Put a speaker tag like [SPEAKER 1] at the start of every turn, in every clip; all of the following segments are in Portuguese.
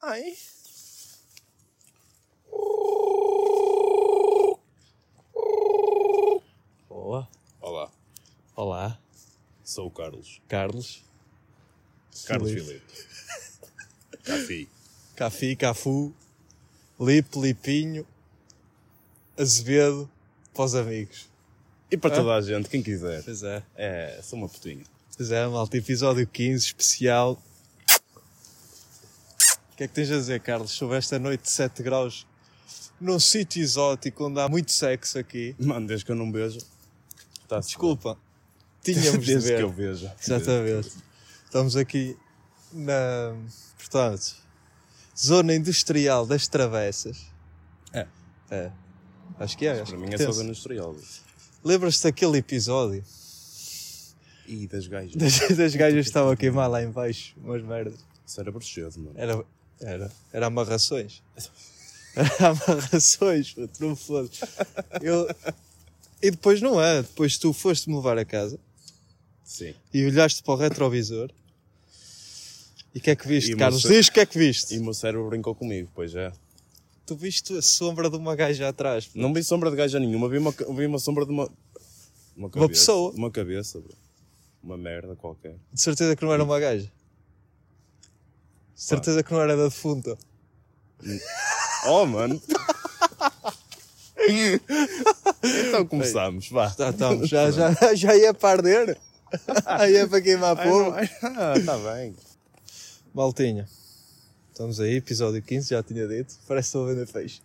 [SPEAKER 1] vai.
[SPEAKER 2] Boa.
[SPEAKER 3] Olá,
[SPEAKER 2] Olá,
[SPEAKER 3] sou o Carlos.
[SPEAKER 2] Carlos.
[SPEAKER 3] Carlos
[SPEAKER 2] Filipe.
[SPEAKER 3] Filipe. Cafi.
[SPEAKER 2] Cafi, Cafu. Lipe, Lipinho. Azevedo. Para os amigos.
[SPEAKER 3] E para toda a gente, quem quiser.
[SPEAKER 2] Pois é.
[SPEAKER 3] É, sou uma putinha.
[SPEAKER 2] Pois é, malta. Episódio 15, especial. O que é que tens a dizer, Carlos, sobre esta noite de 7 graus? Num sítio exótico onde há muito sexo aqui.
[SPEAKER 3] Mano, desde que eu não beijo. Tá
[SPEAKER 2] Desculpa. Tínhamos de
[SPEAKER 3] desde que eu
[SPEAKER 2] ver.
[SPEAKER 3] vejo.
[SPEAKER 2] Exatamente. Estamos aqui na. Portanto, zona industrial das travessas.
[SPEAKER 3] É.
[SPEAKER 2] É. Acho que é. acho
[SPEAKER 3] Para
[SPEAKER 2] que
[SPEAKER 3] mim é só
[SPEAKER 2] pertence.
[SPEAKER 3] zona industrial.
[SPEAKER 2] Lembras-te daquele episódio
[SPEAKER 3] E das gajas.
[SPEAKER 2] das, das gajas que estavam a queimar lá em baixo umas merdas?
[SPEAKER 3] Isso era bruxedo, é mano.
[SPEAKER 2] Era, era, era amarrações. Era amarrações, puto, não foda. Eu... E depois não é, depois tu foste-me levar a casa
[SPEAKER 3] Sim.
[SPEAKER 2] e olhaste para o retrovisor e o que é que viste,
[SPEAKER 3] E
[SPEAKER 2] Carlos?
[SPEAKER 3] moça-
[SPEAKER 2] Diz o que é que
[SPEAKER 3] E
[SPEAKER 2] viste.
[SPEAKER 3] o meu cérebro brincou comigo, pois é.
[SPEAKER 2] Tu viste a sombra de uma gaja atrás. puto.
[SPEAKER 3] Não vi sombra de gaja nenhuma, vi uma, ca- vi uma sombra de uma. Uma, cabeça,
[SPEAKER 2] pessoa.
[SPEAKER 3] Uma cabeça, bro. Uma merda qualquer.
[SPEAKER 2] De certeza que não era uma gaja. De certeza que não era da defunta.
[SPEAKER 3] Oh, mano! então começámos, vá.
[SPEAKER 2] Já estamos, já, já, já ia para arder. Aí é para queimar
[SPEAKER 3] Ai, não-
[SPEAKER 2] povo.
[SPEAKER 3] ai, Ah, tá bem.
[SPEAKER 2] Maltinha, estamos aí, episódio 15, já tinha dito. Parece que estou a vender peixe.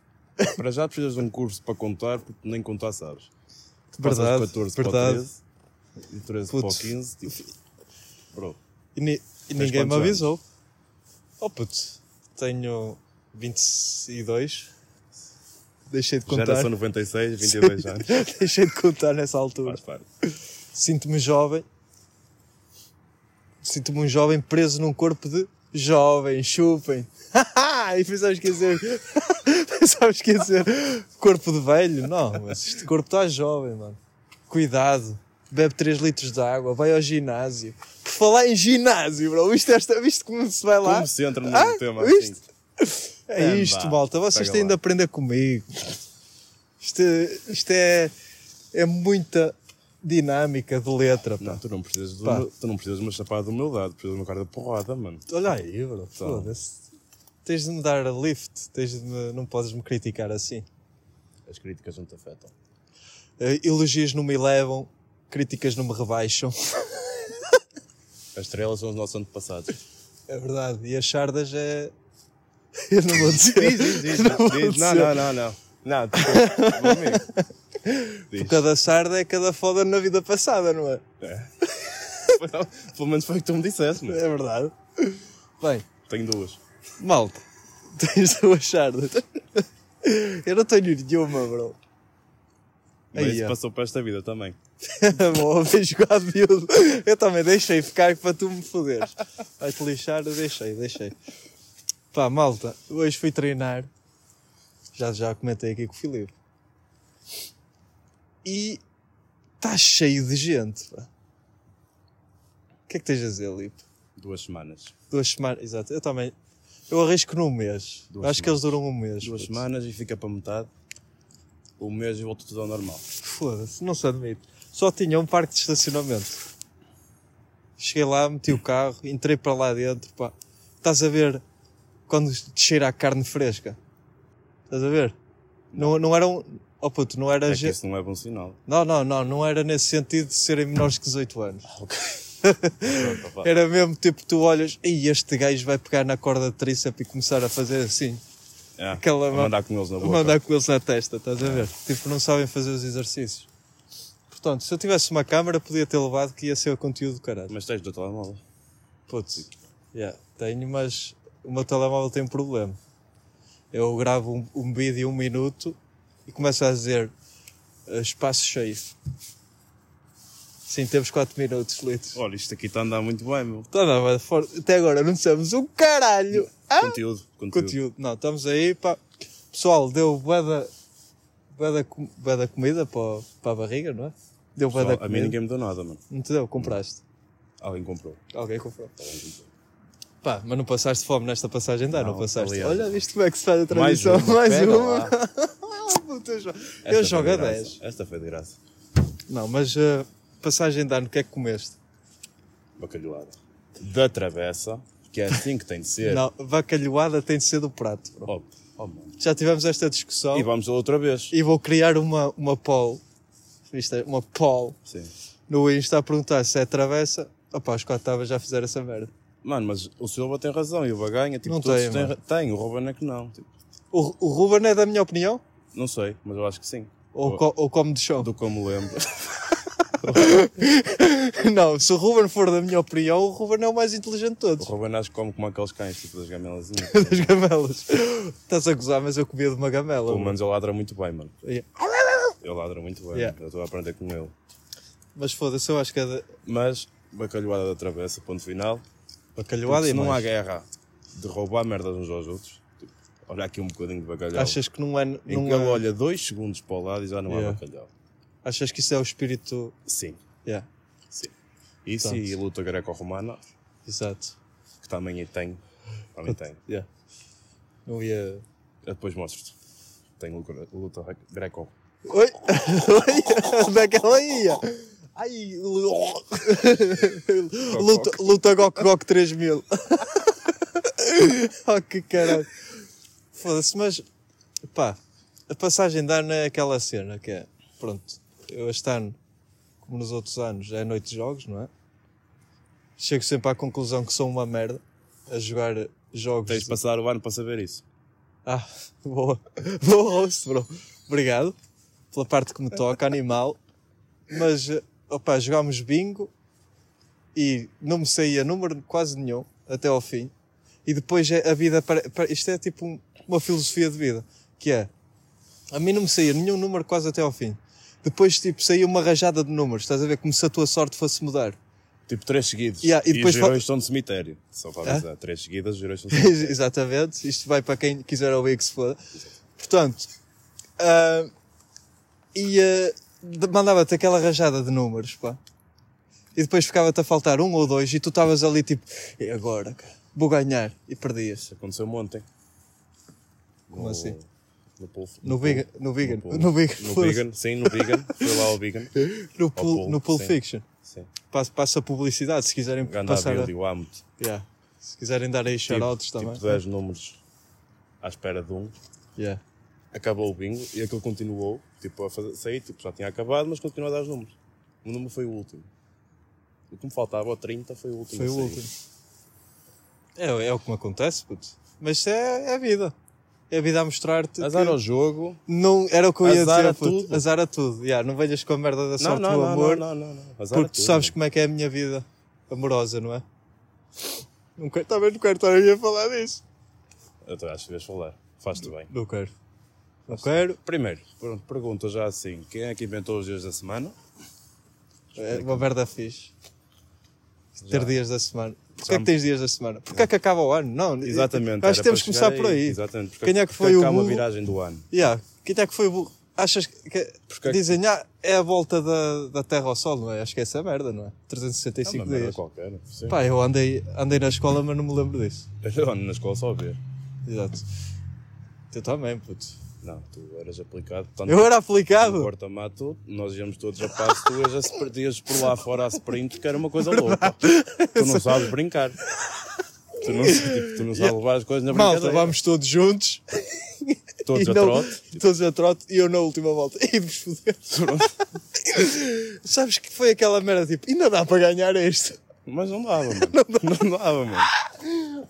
[SPEAKER 3] Para já precisas de um curso para contar, porque nem contar sabes. Tu passas
[SPEAKER 2] Verdade,
[SPEAKER 3] de 14 para o
[SPEAKER 2] verdade.
[SPEAKER 3] 13, de 13 para
[SPEAKER 2] Putz.
[SPEAKER 3] o 15, tipo... Bro,
[SPEAKER 2] E, ni- e ninguém me
[SPEAKER 3] quantos
[SPEAKER 2] avisou. Oh puto, tenho 22. Deixei de contar.
[SPEAKER 3] geração 96, 22 anos.
[SPEAKER 2] Deixei de contar nessa altura.
[SPEAKER 3] Faz parte.
[SPEAKER 2] Sinto-me jovem. Sinto-me um jovem preso num corpo de jovem, chupem. e pensava esquecer. pensava esquecer. Corpo de velho. Não, mas este corpo está jovem, mano. Cuidado. Bebe 3 litros de água, vai ao ginásio. Por falar em ginásio, bro, viste, esta, viste como se vai lá?
[SPEAKER 3] Como se entra no
[SPEAKER 2] Ah,
[SPEAKER 3] tema
[SPEAKER 2] viste?
[SPEAKER 3] assim?
[SPEAKER 2] É
[SPEAKER 3] Anda,
[SPEAKER 2] isto, malta. Vocês
[SPEAKER 3] pega
[SPEAKER 2] têm
[SPEAKER 3] lá.
[SPEAKER 2] de aprender comigo. Isto, isto é, é muita dinâmica de letra. Pá.
[SPEAKER 3] Não, tu não precisas de
[SPEAKER 2] Pá.
[SPEAKER 3] uma, tu não precisas de uma chapada de humildade, precisas de uma cara de porrada, mano.
[SPEAKER 2] Olha aí, bro. Foda-se. Tens de me dar lift. Tens de me- não podes me criticar assim.
[SPEAKER 3] As críticas não te afetam.
[SPEAKER 2] Eh, Elogios não me elevam, críticas não me rebaixam.
[SPEAKER 3] As estrelas são os nossos antepassados.
[SPEAKER 2] É verdade. E as sardas é. Eu não vou dizer. não vou
[SPEAKER 3] Diz, não,
[SPEAKER 2] dizer.
[SPEAKER 3] não, não, não. Não, desculpa, meu amigo. Diz.
[SPEAKER 2] Cada sarda é cada foda na vida passada, não é?
[SPEAKER 3] Pelo menos foi o que tu me disseste, mano.
[SPEAKER 2] É verdade. Bem,
[SPEAKER 3] Tenho duas.
[SPEAKER 2] malta, tens duas sardas. Eu não tenho nenhuma, bro.
[SPEAKER 3] Mas
[SPEAKER 2] Aí,
[SPEAKER 3] isso
[SPEAKER 2] ó.
[SPEAKER 3] passou para esta vida também.
[SPEAKER 2] Bom, bem jogado, miúdo. Eu também deixei ficar para tu me foderes. Vai-te lixar, eu deixei, deixei. Pá, malta, hoje fui treinar. Já, já comentei aqui com o Filipe. E está cheio de gente, pá. O que é que tens a dizer, Lipe?
[SPEAKER 3] Duas semanas.
[SPEAKER 2] Duas semanas, exato, eu também. Eu arrisco num mês.
[SPEAKER 3] Duas
[SPEAKER 2] Acho que eles duram um mês.
[SPEAKER 3] Duas
[SPEAKER 2] puto.
[SPEAKER 3] semanas e fica para metade. O mês e volta tudo ao normal. É
[SPEAKER 2] Foda-se, não se admite. Só tinha um parque de estacionamento. Cheguei lá, meti o carro, entrei para lá dentro, pá. Estás a ver quando te cheira a carne fresca? Estás a ver? Não, não era um. Oh puto, não era.
[SPEAKER 3] É que
[SPEAKER 2] ge-
[SPEAKER 3] isso não é bom sinal.
[SPEAKER 2] Não, não, não, não era nesse sentido de serem menores que 18 anos. É
[SPEAKER 3] Pronto, pá.
[SPEAKER 2] Era mesmo tipo, tu olhas e este gajo vai pegar na corda de tríceps e começar a fazer assim.
[SPEAKER 3] É,
[SPEAKER 2] aquela-
[SPEAKER 3] a mandar com eles na boca.
[SPEAKER 2] mandar com eles na testa, estás a ver? Tipo, não sabem fazer os exercícios. Portanto, se eu tivesse uma câmara, podia ter levado que ia ser o conteúdo do caralho.
[SPEAKER 3] Mas tens do telemóvel.
[SPEAKER 2] Putz, yeah, tenho, mas o meu telemóvel tem um problema. Eu gravo um, um vídeo de um minuto e começo a dizer eh, espaço cheio. Sim, temos 4 minutos, litros.
[SPEAKER 3] Olha, isto aqui está a andar muito bem, meu.
[SPEAKER 2] Tá, não, mas for- Até agora não dissemos um caralho. Ah!
[SPEAKER 3] Conteúdo, conteúdo.
[SPEAKER 2] conteúdo. Não, estamos aí, pá. Pessoal, deu bué da- bué da com- bué da comida para, o- para a barriga, não é? Deu bué
[SPEAKER 3] Pessoal,
[SPEAKER 2] da
[SPEAKER 3] a mim
[SPEAKER 2] comida.
[SPEAKER 3] ninguém me deu nada, mano.
[SPEAKER 2] Não te deu? Compraste.
[SPEAKER 3] Alguém comprou.
[SPEAKER 2] Alguém comprou. Pá, mas não passaste fome nesta passagem dá, não,
[SPEAKER 3] Não,
[SPEAKER 2] passaste.
[SPEAKER 3] aliás.
[SPEAKER 2] Olha, viste como é que se faz a
[SPEAKER 3] Mais
[SPEAKER 2] tradição.
[SPEAKER 3] uma,
[SPEAKER 2] Mais
[SPEAKER 3] espera
[SPEAKER 2] uma.
[SPEAKER 3] lá.
[SPEAKER 2] Ah, puta, jo-
[SPEAKER 3] Esta
[SPEAKER 2] Eu
[SPEAKER 3] foi
[SPEAKER 2] jogo
[SPEAKER 3] de
[SPEAKER 2] a
[SPEAKER 3] graça.
[SPEAKER 2] 10.
[SPEAKER 3] Esta foi de graça.
[SPEAKER 2] Não, mas ah, passagem de ano, o que é que comeste?
[SPEAKER 3] Bacalhoada. Da travessa, que é assim que tem de ser.
[SPEAKER 2] Não, bacalhoada tem de ser do prato. bro.
[SPEAKER 3] Oh, oh, mano.
[SPEAKER 2] Já tivemos esta discussão
[SPEAKER 3] E
[SPEAKER 2] e,
[SPEAKER 3] vamos outra vez.
[SPEAKER 2] vou criar uma, uma poll. Viste? Uma poll
[SPEAKER 3] Sim.
[SPEAKER 2] no Insta a perguntar se é travessa. Opá, os quatro tavas já fizeram essa merda.
[SPEAKER 3] Mano, mas o Silva tem razão e o Baganha, tipo,
[SPEAKER 2] Não
[SPEAKER 3] todos
[SPEAKER 2] tem,
[SPEAKER 3] têm
[SPEAKER 2] mano.
[SPEAKER 3] ra- tem, o Ruben é que não. Tipo,
[SPEAKER 2] O, o Ruben é da minha opinião?
[SPEAKER 3] não sei, mas eu acho que sim.
[SPEAKER 2] Ou,
[SPEAKER 3] Ou-
[SPEAKER 2] co- ou come de chão?
[SPEAKER 3] Do como lembro.
[SPEAKER 2] Não, se o Ruben for da minha opinião, o Ruben é o mais inteligente de
[SPEAKER 3] o
[SPEAKER 2] todos.
[SPEAKER 3] Ruben acho que come como aqueles cães, tipo das gamelazinhas.
[SPEAKER 2] Das gamelas. Estás a gozar, mas eu comia de uma gamela.
[SPEAKER 3] Pelo
[SPEAKER 2] mano.
[SPEAKER 3] menos ele ladra muito bem, mano.
[SPEAKER 2] Yeah.
[SPEAKER 3] Ele ladra muito bem,
[SPEAKER 2] Yeah.
[SPEAKER 3] eu estou a aprender com ele.
[SPEAKER 2] Mas foda-se, eu acho que é da
[SPEAKER 3] Mas, bacalhoada da travessa, ponto final. Porque
[SPEAKER 2] bacalhoada
[SPEAKER 3] se
[SPEAKER 2] e
[SPEAKER 3] não há
[SPEAKER 2] mais.
[SPEAKER 3] guerra de roubar merdas uns aos outros, tipo, olha aqui um bocadinho de bacalhau.
[SPEAKER 2] Achas que não é. Não
[SPEAKER 3] em que
[SPEAKER 2] é-
[SPEAKER 3] ele olha dois segundos para o lado e já não
[SPEAKER 2] Yeah.
[SPEAKER 3] há bacalhau.
[SPEAKER 2] Achas que isso é o espírito.
[SPEAKER 3] Sim,
[SPEAKER 2] Yeah,
[SPEAKER 3] sim. Isso
[SPEAKER 2] Portanto.
[SPEAKER 3] e a luta greco-romana,
[SPEAKER 2] exato.
[SPEAKER 3] que também tem. Também tem.
[SPEAKER 2] Yeah. Não ia.
[SPEAKER 3] Eu depois mostro-te. Tenho lucro- luta greco.
[SPEAKER 2] Oi! Oi! Onde é que ela ia? Ai! Luta, luta Gok Gok 3000. oh que caralho! Foda-se, mas. Pá, a passagem de ano é aquela cena que é. Pronto, eu este ano, como nos outros anos, é noite de jogos, não é? Chego sempre à conclusão que sou uma merda a jogar jogos.
[SPEAKER 3] Tens de passar o ano para saber isso.
[SPEAKER 2] Ah, boa. Boa host, bro. Obrigado pela parte que me toca, animal. Mas, eh, opá, jogámos bingo e não me saía número quase nenhum até ao fim. E depois é a vida. Para, para- isto é tipo um- uma filosofia de vida, que é. A mim não me saía nenhum número quase até ao fim. Depois, tipo, saía uma rajada de números, estás a ver? Como se a tua sorte fosse mudar.
[SPEAKER 3] Tipo, três seguidos.
[SPEAKER 2] Yeah, e
[SPEAKER 3] e
[SPEAKER 2] depois
[SPEAKER 3] os
[SPEAKER 2] fa-
[SPEAKER 3] girões estão de um cemitério. Só
[SPEAKER 2] Ah?
[SPEAKER 3] para avisar. Três seguidas, os girões estão de um cemitério.
[SPEAKER 2] Exatamente, isto vai para quem quiser ouvir que se foda. Portanto, ah, e ah, de- mandava-te aquela rajada de números, pá. E depois ficava-te a faltar um ou dois e tu estavas ali tipo, e agora, cara? Vou ganhar. E perdias.
[SPEAKER 3] Isso aconteceu ontem.
[SPEAKER 2] Como
[SPEAKER 3] No-
[SPEAKER 2] assim?
[SPEAKER 3] No pool.
[SPEAKER 2] No vegan- no vegan-
[SPEAKER 3] pool.
[SPEAKER 2] no vegan.
[SPEAKER 3] No vegan. Sim, no vegan. Foi lá ao vegan.
[SPEAKER 2] No Pulp,
[SPEAKER 3] Pulp,
[SPEAKER 2] no Pulp
[SPEAKER 3] sim.
[SPEAKER 2] Fiction.
[SPEAKER 3] Sim.
[SPEAKER 2] Passa, passa publicidade, se quiserem
[SPEAKER 3] Ganda
[SPEAKER 2] passar.
[SPEAKER 3] Bill
[SPEAKER 2] a-
[SPEAKER 3] e o Amit.
[SPEAKER 2] Yeah. Se quiserem dar aí
[SPEAKER 3] Tipo,
[SPEAKER 2] shoutouts
[SPEAKER 3] tipo
[SPEAKER 2] também.
[SPEAKER 3] 10 números à espera de um.
[SPEAKER 2] Yeah.
[SPEAKER 3] Acabou o bingo e aquilo continuou. Tipo, a fazer, sair, tipo, já tinha acabado, mas continuou a dar os números. O número foi o último. O que me faltava, o 30, foi o último.
[SPEAKER 2] Foi
[SPEAKER 3] a
[SPEAKER 2] o
[SPEAKER 3] sair.
[SPEAKER 2] último. É, é o que me acontece, puto. Mas isso é, é a vida. É a vida a mostrar-te.
[SPEAKER 3] Azar
[SPEAKER 2] que
[SPEAKER 3] ao jogo.
[SPEAKER 2] Não, era o que eu ia
[SPEAKER 3] Azar
[SPEAKER 2] dizer,
[SPEAKER 3] a
[SPEAKER 2] puto.
[SPEAKER 3] tudo.
[SPEAKER 2] Azar a tudo. Ya, não venhas com a merda da sorte do amor,
[SPEAKER 3] não, não, não. Azar
[SPEAKER 2] porque tu
[SPEAKER 3] é tudo,
[SPEAKER 2] sabes
[SPEAKER 3] mano.
[SPEAKER 2] como é que é a minha vida amorosa, não é? Não quero, também não quero estar aí a falar disso.
[SPEAKER 3] Eu te acho que deves falar. Faz-te bem.
[SPEAKER 2] Não quero. Não quero.
[SPEAKER 3] Primeiro, per- pergunta já assim: quem é que inventou os dias da semana?
[SPEAKER 2] É uma merda fixe. Ter dias da semana. Porquê
[SPEAKER 3] Já
[SPEAKER 2] é que tens dias da semana? Porquê é que acaba o ano? Não,
[SPEAKER 3] Exatamente.
[SPEAKER 2] Acho que
[SPEAKER 3] era
[SPEAKER 2] temos que
[SPEAKER 3] para
[SPEAKER 2] começar
[SPEAKER 3] chegar
[SPEAKER 2] por aí.
[SPEAKER 3] Exatamente. Porque,
[SPEAKER 2] Quem é que
[SPEAKER 3] porque
[SPEAKER 2] foi o
[SPEAKER 3] cá há uma
[SPEAKER 2] burro?
[SPEAKER 3] viragem do ano.
[SPEAKER 2] Yeah. Quem é que foi o burro? Achas que. que-
[SPEAKER 3] Porque é que-
[SPEAKER 2] dizem, ah, é a volta da, da Terra ao Sol, não é? Acho que é essa merda, não é?
[SPEAKER 3] É uma
[SPEAKER 2] 365
[SPEAKER 3] merda
[SPEAKER 2] dias.
[SPEAKER 3] qualquer. Sim.
[SPEAKER 2] Pá, eu andei, andei na escola, mas não me lembro disso.
[SPEAKER 3] Eu ando na escola só a ver.
[SPEAKER 2] Exato. Eu também, puto.
[SPEAKER 3] Não, tu eras aplicado. Tanto
[SPEAKER 2] Eu era
[SPEAKER 3] no
[SPEAKER 2] aplicado.
[SPEAKER 3] porta mato, nós íamos todos a passo, tu ias a sprint, ias por lá fora a sprint, que era uma coisa louca. Tu não sabes brincar. Tu não, tipo, tu não sabes levar as coisas na
[SPEAKER 2] Malta,
[SPEAKER 3] brincadeira.
[SPEAKER 2] vamos todos juntos.
[SPEAKER 3] Todos
[SPEAKER 2] E
[SPEAKER 3] a
[SPEAKER 2] não-
[SPEAKER 3] trote.
[SPEAKER 2] Todos a trote e eu na última volta. E vos foder. Sabes que foi aquela merda tipo, ainda dá para ganhar este.
[SPEAKER 3] Mas não dava, mano. Não dava, mano.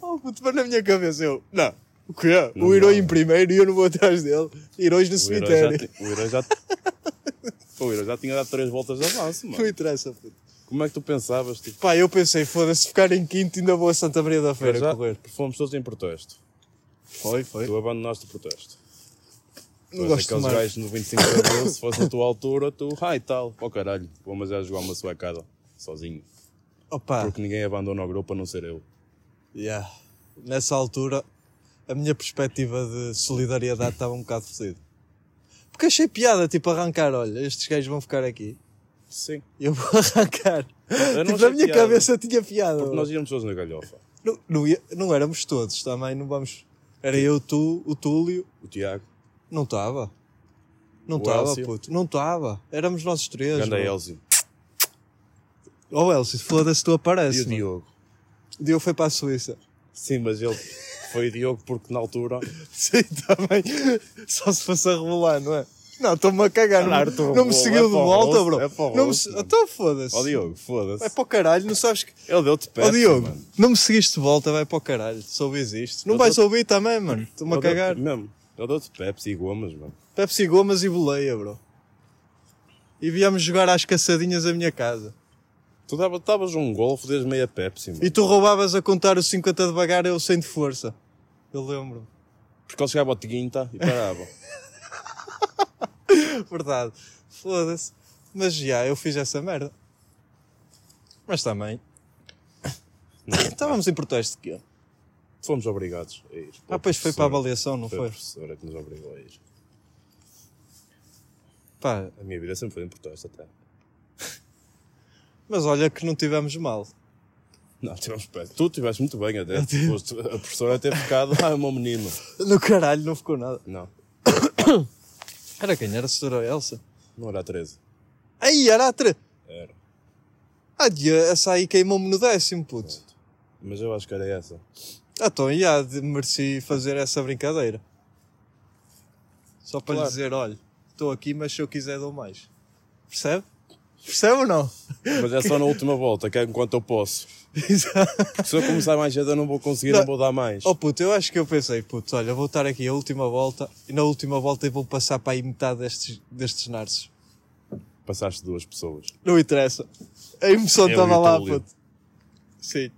[SPEAKER 2] Oh, puto, mas na minha cabeça eu, não. O que é?
[SPEAKER 3] Não
[SPEAKER 2] o herói
[SPEAKER 3] dá.
[SPEAKER 2] em primeiro e eu não vou atrás dele. Heróis no
[SPEAKER 3] O herói já
[SPEAKER 2] cemitério.
[SPEAKER 3] ti- O herói já, o herói já tinha dado três voltas de avanço,
[SPEAKER 2] Não
[SPEAKER 3] mano.
[SPEAKER 2] interessa, puto.
[SPEAKER 3] Como é que tu pensavas? Tipo,
[SPEAKER 2] Pá, eu pensei, foda-se, se ficar em quinto ainda vou a Santa Maria da Feira
[SPEAKER 3] já
[SPEAKER 2] correr.
[SPEAKER 3] fomos todos em protesto.
[SPEAKER 2] Foi, foi.
[SPEAKER 3] Tu abandonaste o protesto.
[SPEAKER 2] Não
[SPEAKER 3] Mas
[SPEAKER 2] gosto de
[SPEAKER 3] aqueles
[SPEAKER 2] mais.
[SPEAKER 3] gajos no 25 de abril, se fosse na tua altura, tu, ai tal, pô caralho, vou mas já jogar uma suecada, sozinho.
[SPEAKER 2] Opa,
[SPEAKER 3] Porque ninguém abandona o grupo a não ser eu.
[SPEAKER 2] yeah. nessa altura a minha perspectiva de solidariedade estava um bocado fodida. Porque achei piada, tipo, arrancar, olha, estes gajos vão ficar aqui.
[SPEAKER 3] Sim.
[SPEAKER 2] Eu vou arrancar.
[SPEAKER 3] Eu não
[SPEAKER 2] tipo, na
[SPEAKER 3] achei
[SPEAKER 2] minha
[SPEAKER 3] piada.
[SPEAKER 2] cabeça tinha piada.
[SPEAKER 3] Porque
[SPEAKER 2] mano.
[SPEAKER 3] nós íamos todos na galhofa.
[SPEAKER 2] Não, não, ia- não éramos todos também, não vamos. Era eu, tu, o Túlio.
[SPEAKER 3] O Tiago,
[SPEAKER 2] Não estava. Não
[SPEAKER 3] O
[SPEAKER 2] estava,
[SPEAKER 3] Elcio.
[SPEAKER 2] puto. Não estava. Éramos nós três.
[SPEAKER 3] Ganda
[SPEAKER 2] mano.
[SPEAKER 3] Elzio
[SPEAKER 2] Oh, Elcio, foda-se, tu
[SPEAKER 3] e o
[SPEAKER 2] aparece. mano.
[SPEAKER 3] Diogo.
[SPEAKER 2] O Diogo foi para a Suíça.
[SPEAKER 3] Sim, mas ele foi o Diogo porque na altura.
[SPEAKER 2] Sim, também. Só se fosse a rebolar, não é? Não, estou-me a cagar. Não,
[SPEAKER 3] Caralho, tu
[SPEAKER 2] não me
[SPEAKER 3] rebola,
[SPEAKER 2] seguiu
[SPEAKER 3] é
[SPEAKER 2] de
[SPEAKER 3] para o
[SPEAKER 2] volta,
[SPEAKER 3] rosto,
[SPEAKER 2] bro.
[SPEAKER 3] é para o
[SPEAKER 2] não me...
[SPEAKER 3] rosto, mano.
[SPEAKER 2] Então foda-se.
[SPEAKER 3] Ó Diogo,
[SPEAKER 2] Vai
[SPEAKER 3] foda-se.
[SPEAKER 2] para o caralho, não sabes que.
[SPEAKER 3] Ele deu-te
[SPEAKER 2] Ó
[SPEAKER 3] pé.
[SPEAKER 2] Diogo, não me seguiste de volta, vai para o caralho. Soubes isto. Não
[SPEAKER 3] Eu
[SPEAKER 2] vais
[SPEAKER 3] dou-
[SPEAKER 2] ouvir também, mano. Estou-me a cagar.
[SPEAKER 3] Mesmo. Ele deu-te Pepsi e gomas, mano.
[SPEAKER 2] Pepsi Gomas e boleia, bro. E viemos jogar às caçadinhas à minha casa.
[SPEAKER 3] Tu dava- davas um golfo, desde meia Pepsi, mano.
[SPEAKER 2] E tu roubavas a contar os 50 devagar, eu sem de força. Eu lembro.
[SPEAKER 3] Porque ele chegava ao Teguinta e parava.
[SPEAKER 2] Verdade. Foda-se. Mas já, eu fiz essa merda. Mas também. Estávamos Então em protesto de quê?
[SPEAKER 3] Fomos obrigados a ir.
[SPEAKER 2] Ah, pois foi para a avaliação, não
[SPEAKER 3] foi?
[SPEAKER 2] foi?
[SPEAKER 3] a professora que nos obrigou a ir.
[SPEAKER 2] Pá,
[SPEAKER 3] A minha vida sempre foi em protesto até.
[SPEAKER 2] mas olha que não tivemos mal.
[SPEAKER 3] Não, tivemos pé. Tu estiveste muito bem até. Foste- A professora ter ficado, ah, o meu menino.
[SPEAKER 2] No caralho, não ficou nada.
[SPEAKER 3] Não,
[SPEAKER 2] Era quem? Era a senhora Elsa?
[SPEAKER 3] não era a 13.
[SPEAKER 2] Aí, era a tre...
[SPEAKER 3] Era.
[SPEAKER 2] Ah, dia, essa aí queimou-me no décimo, puto.
[SPEAKER 3] Mas eu acho que era essa.
[SPEAKER 2] Ah, então, já, de- mereci fazer essa brincadeira. Só para lhe
[SPEAKER 3] Claro.
[SPEAKER 2] dizer, olha, estou aqui, mas se eu quiser dou mais. Percebe? Percebe ou não?
[SPEAKER 3] Mas é só na última volta, que é enquanto eu posso.
[SPEAKER 2] Exato.
[SPEAKER 3] Porque se eu começar mais cedo, eu não vou conseguir, não,
[SPEAKER 2] Não.
[SPEAKER 3] vou dar mais.
[SPEAKER 2] Oh puto, eu acho que eu pensei, puto, olha, vou estar aqui a última volta e na última volta eu vou passar para aí metade destes, destes narces.
[SPEAKER 3] Passaste duas pessoas.
[SPEAKER 2] Não interessa. A emoção
[SPEAKER 3] Eu e
[SPEAKER 2] estava
[SPEAKER 3] É o
[SPEAKER 2] lá,
[SPEAKER 3] Túlio.
[SPEAKER 2] puto. Sim.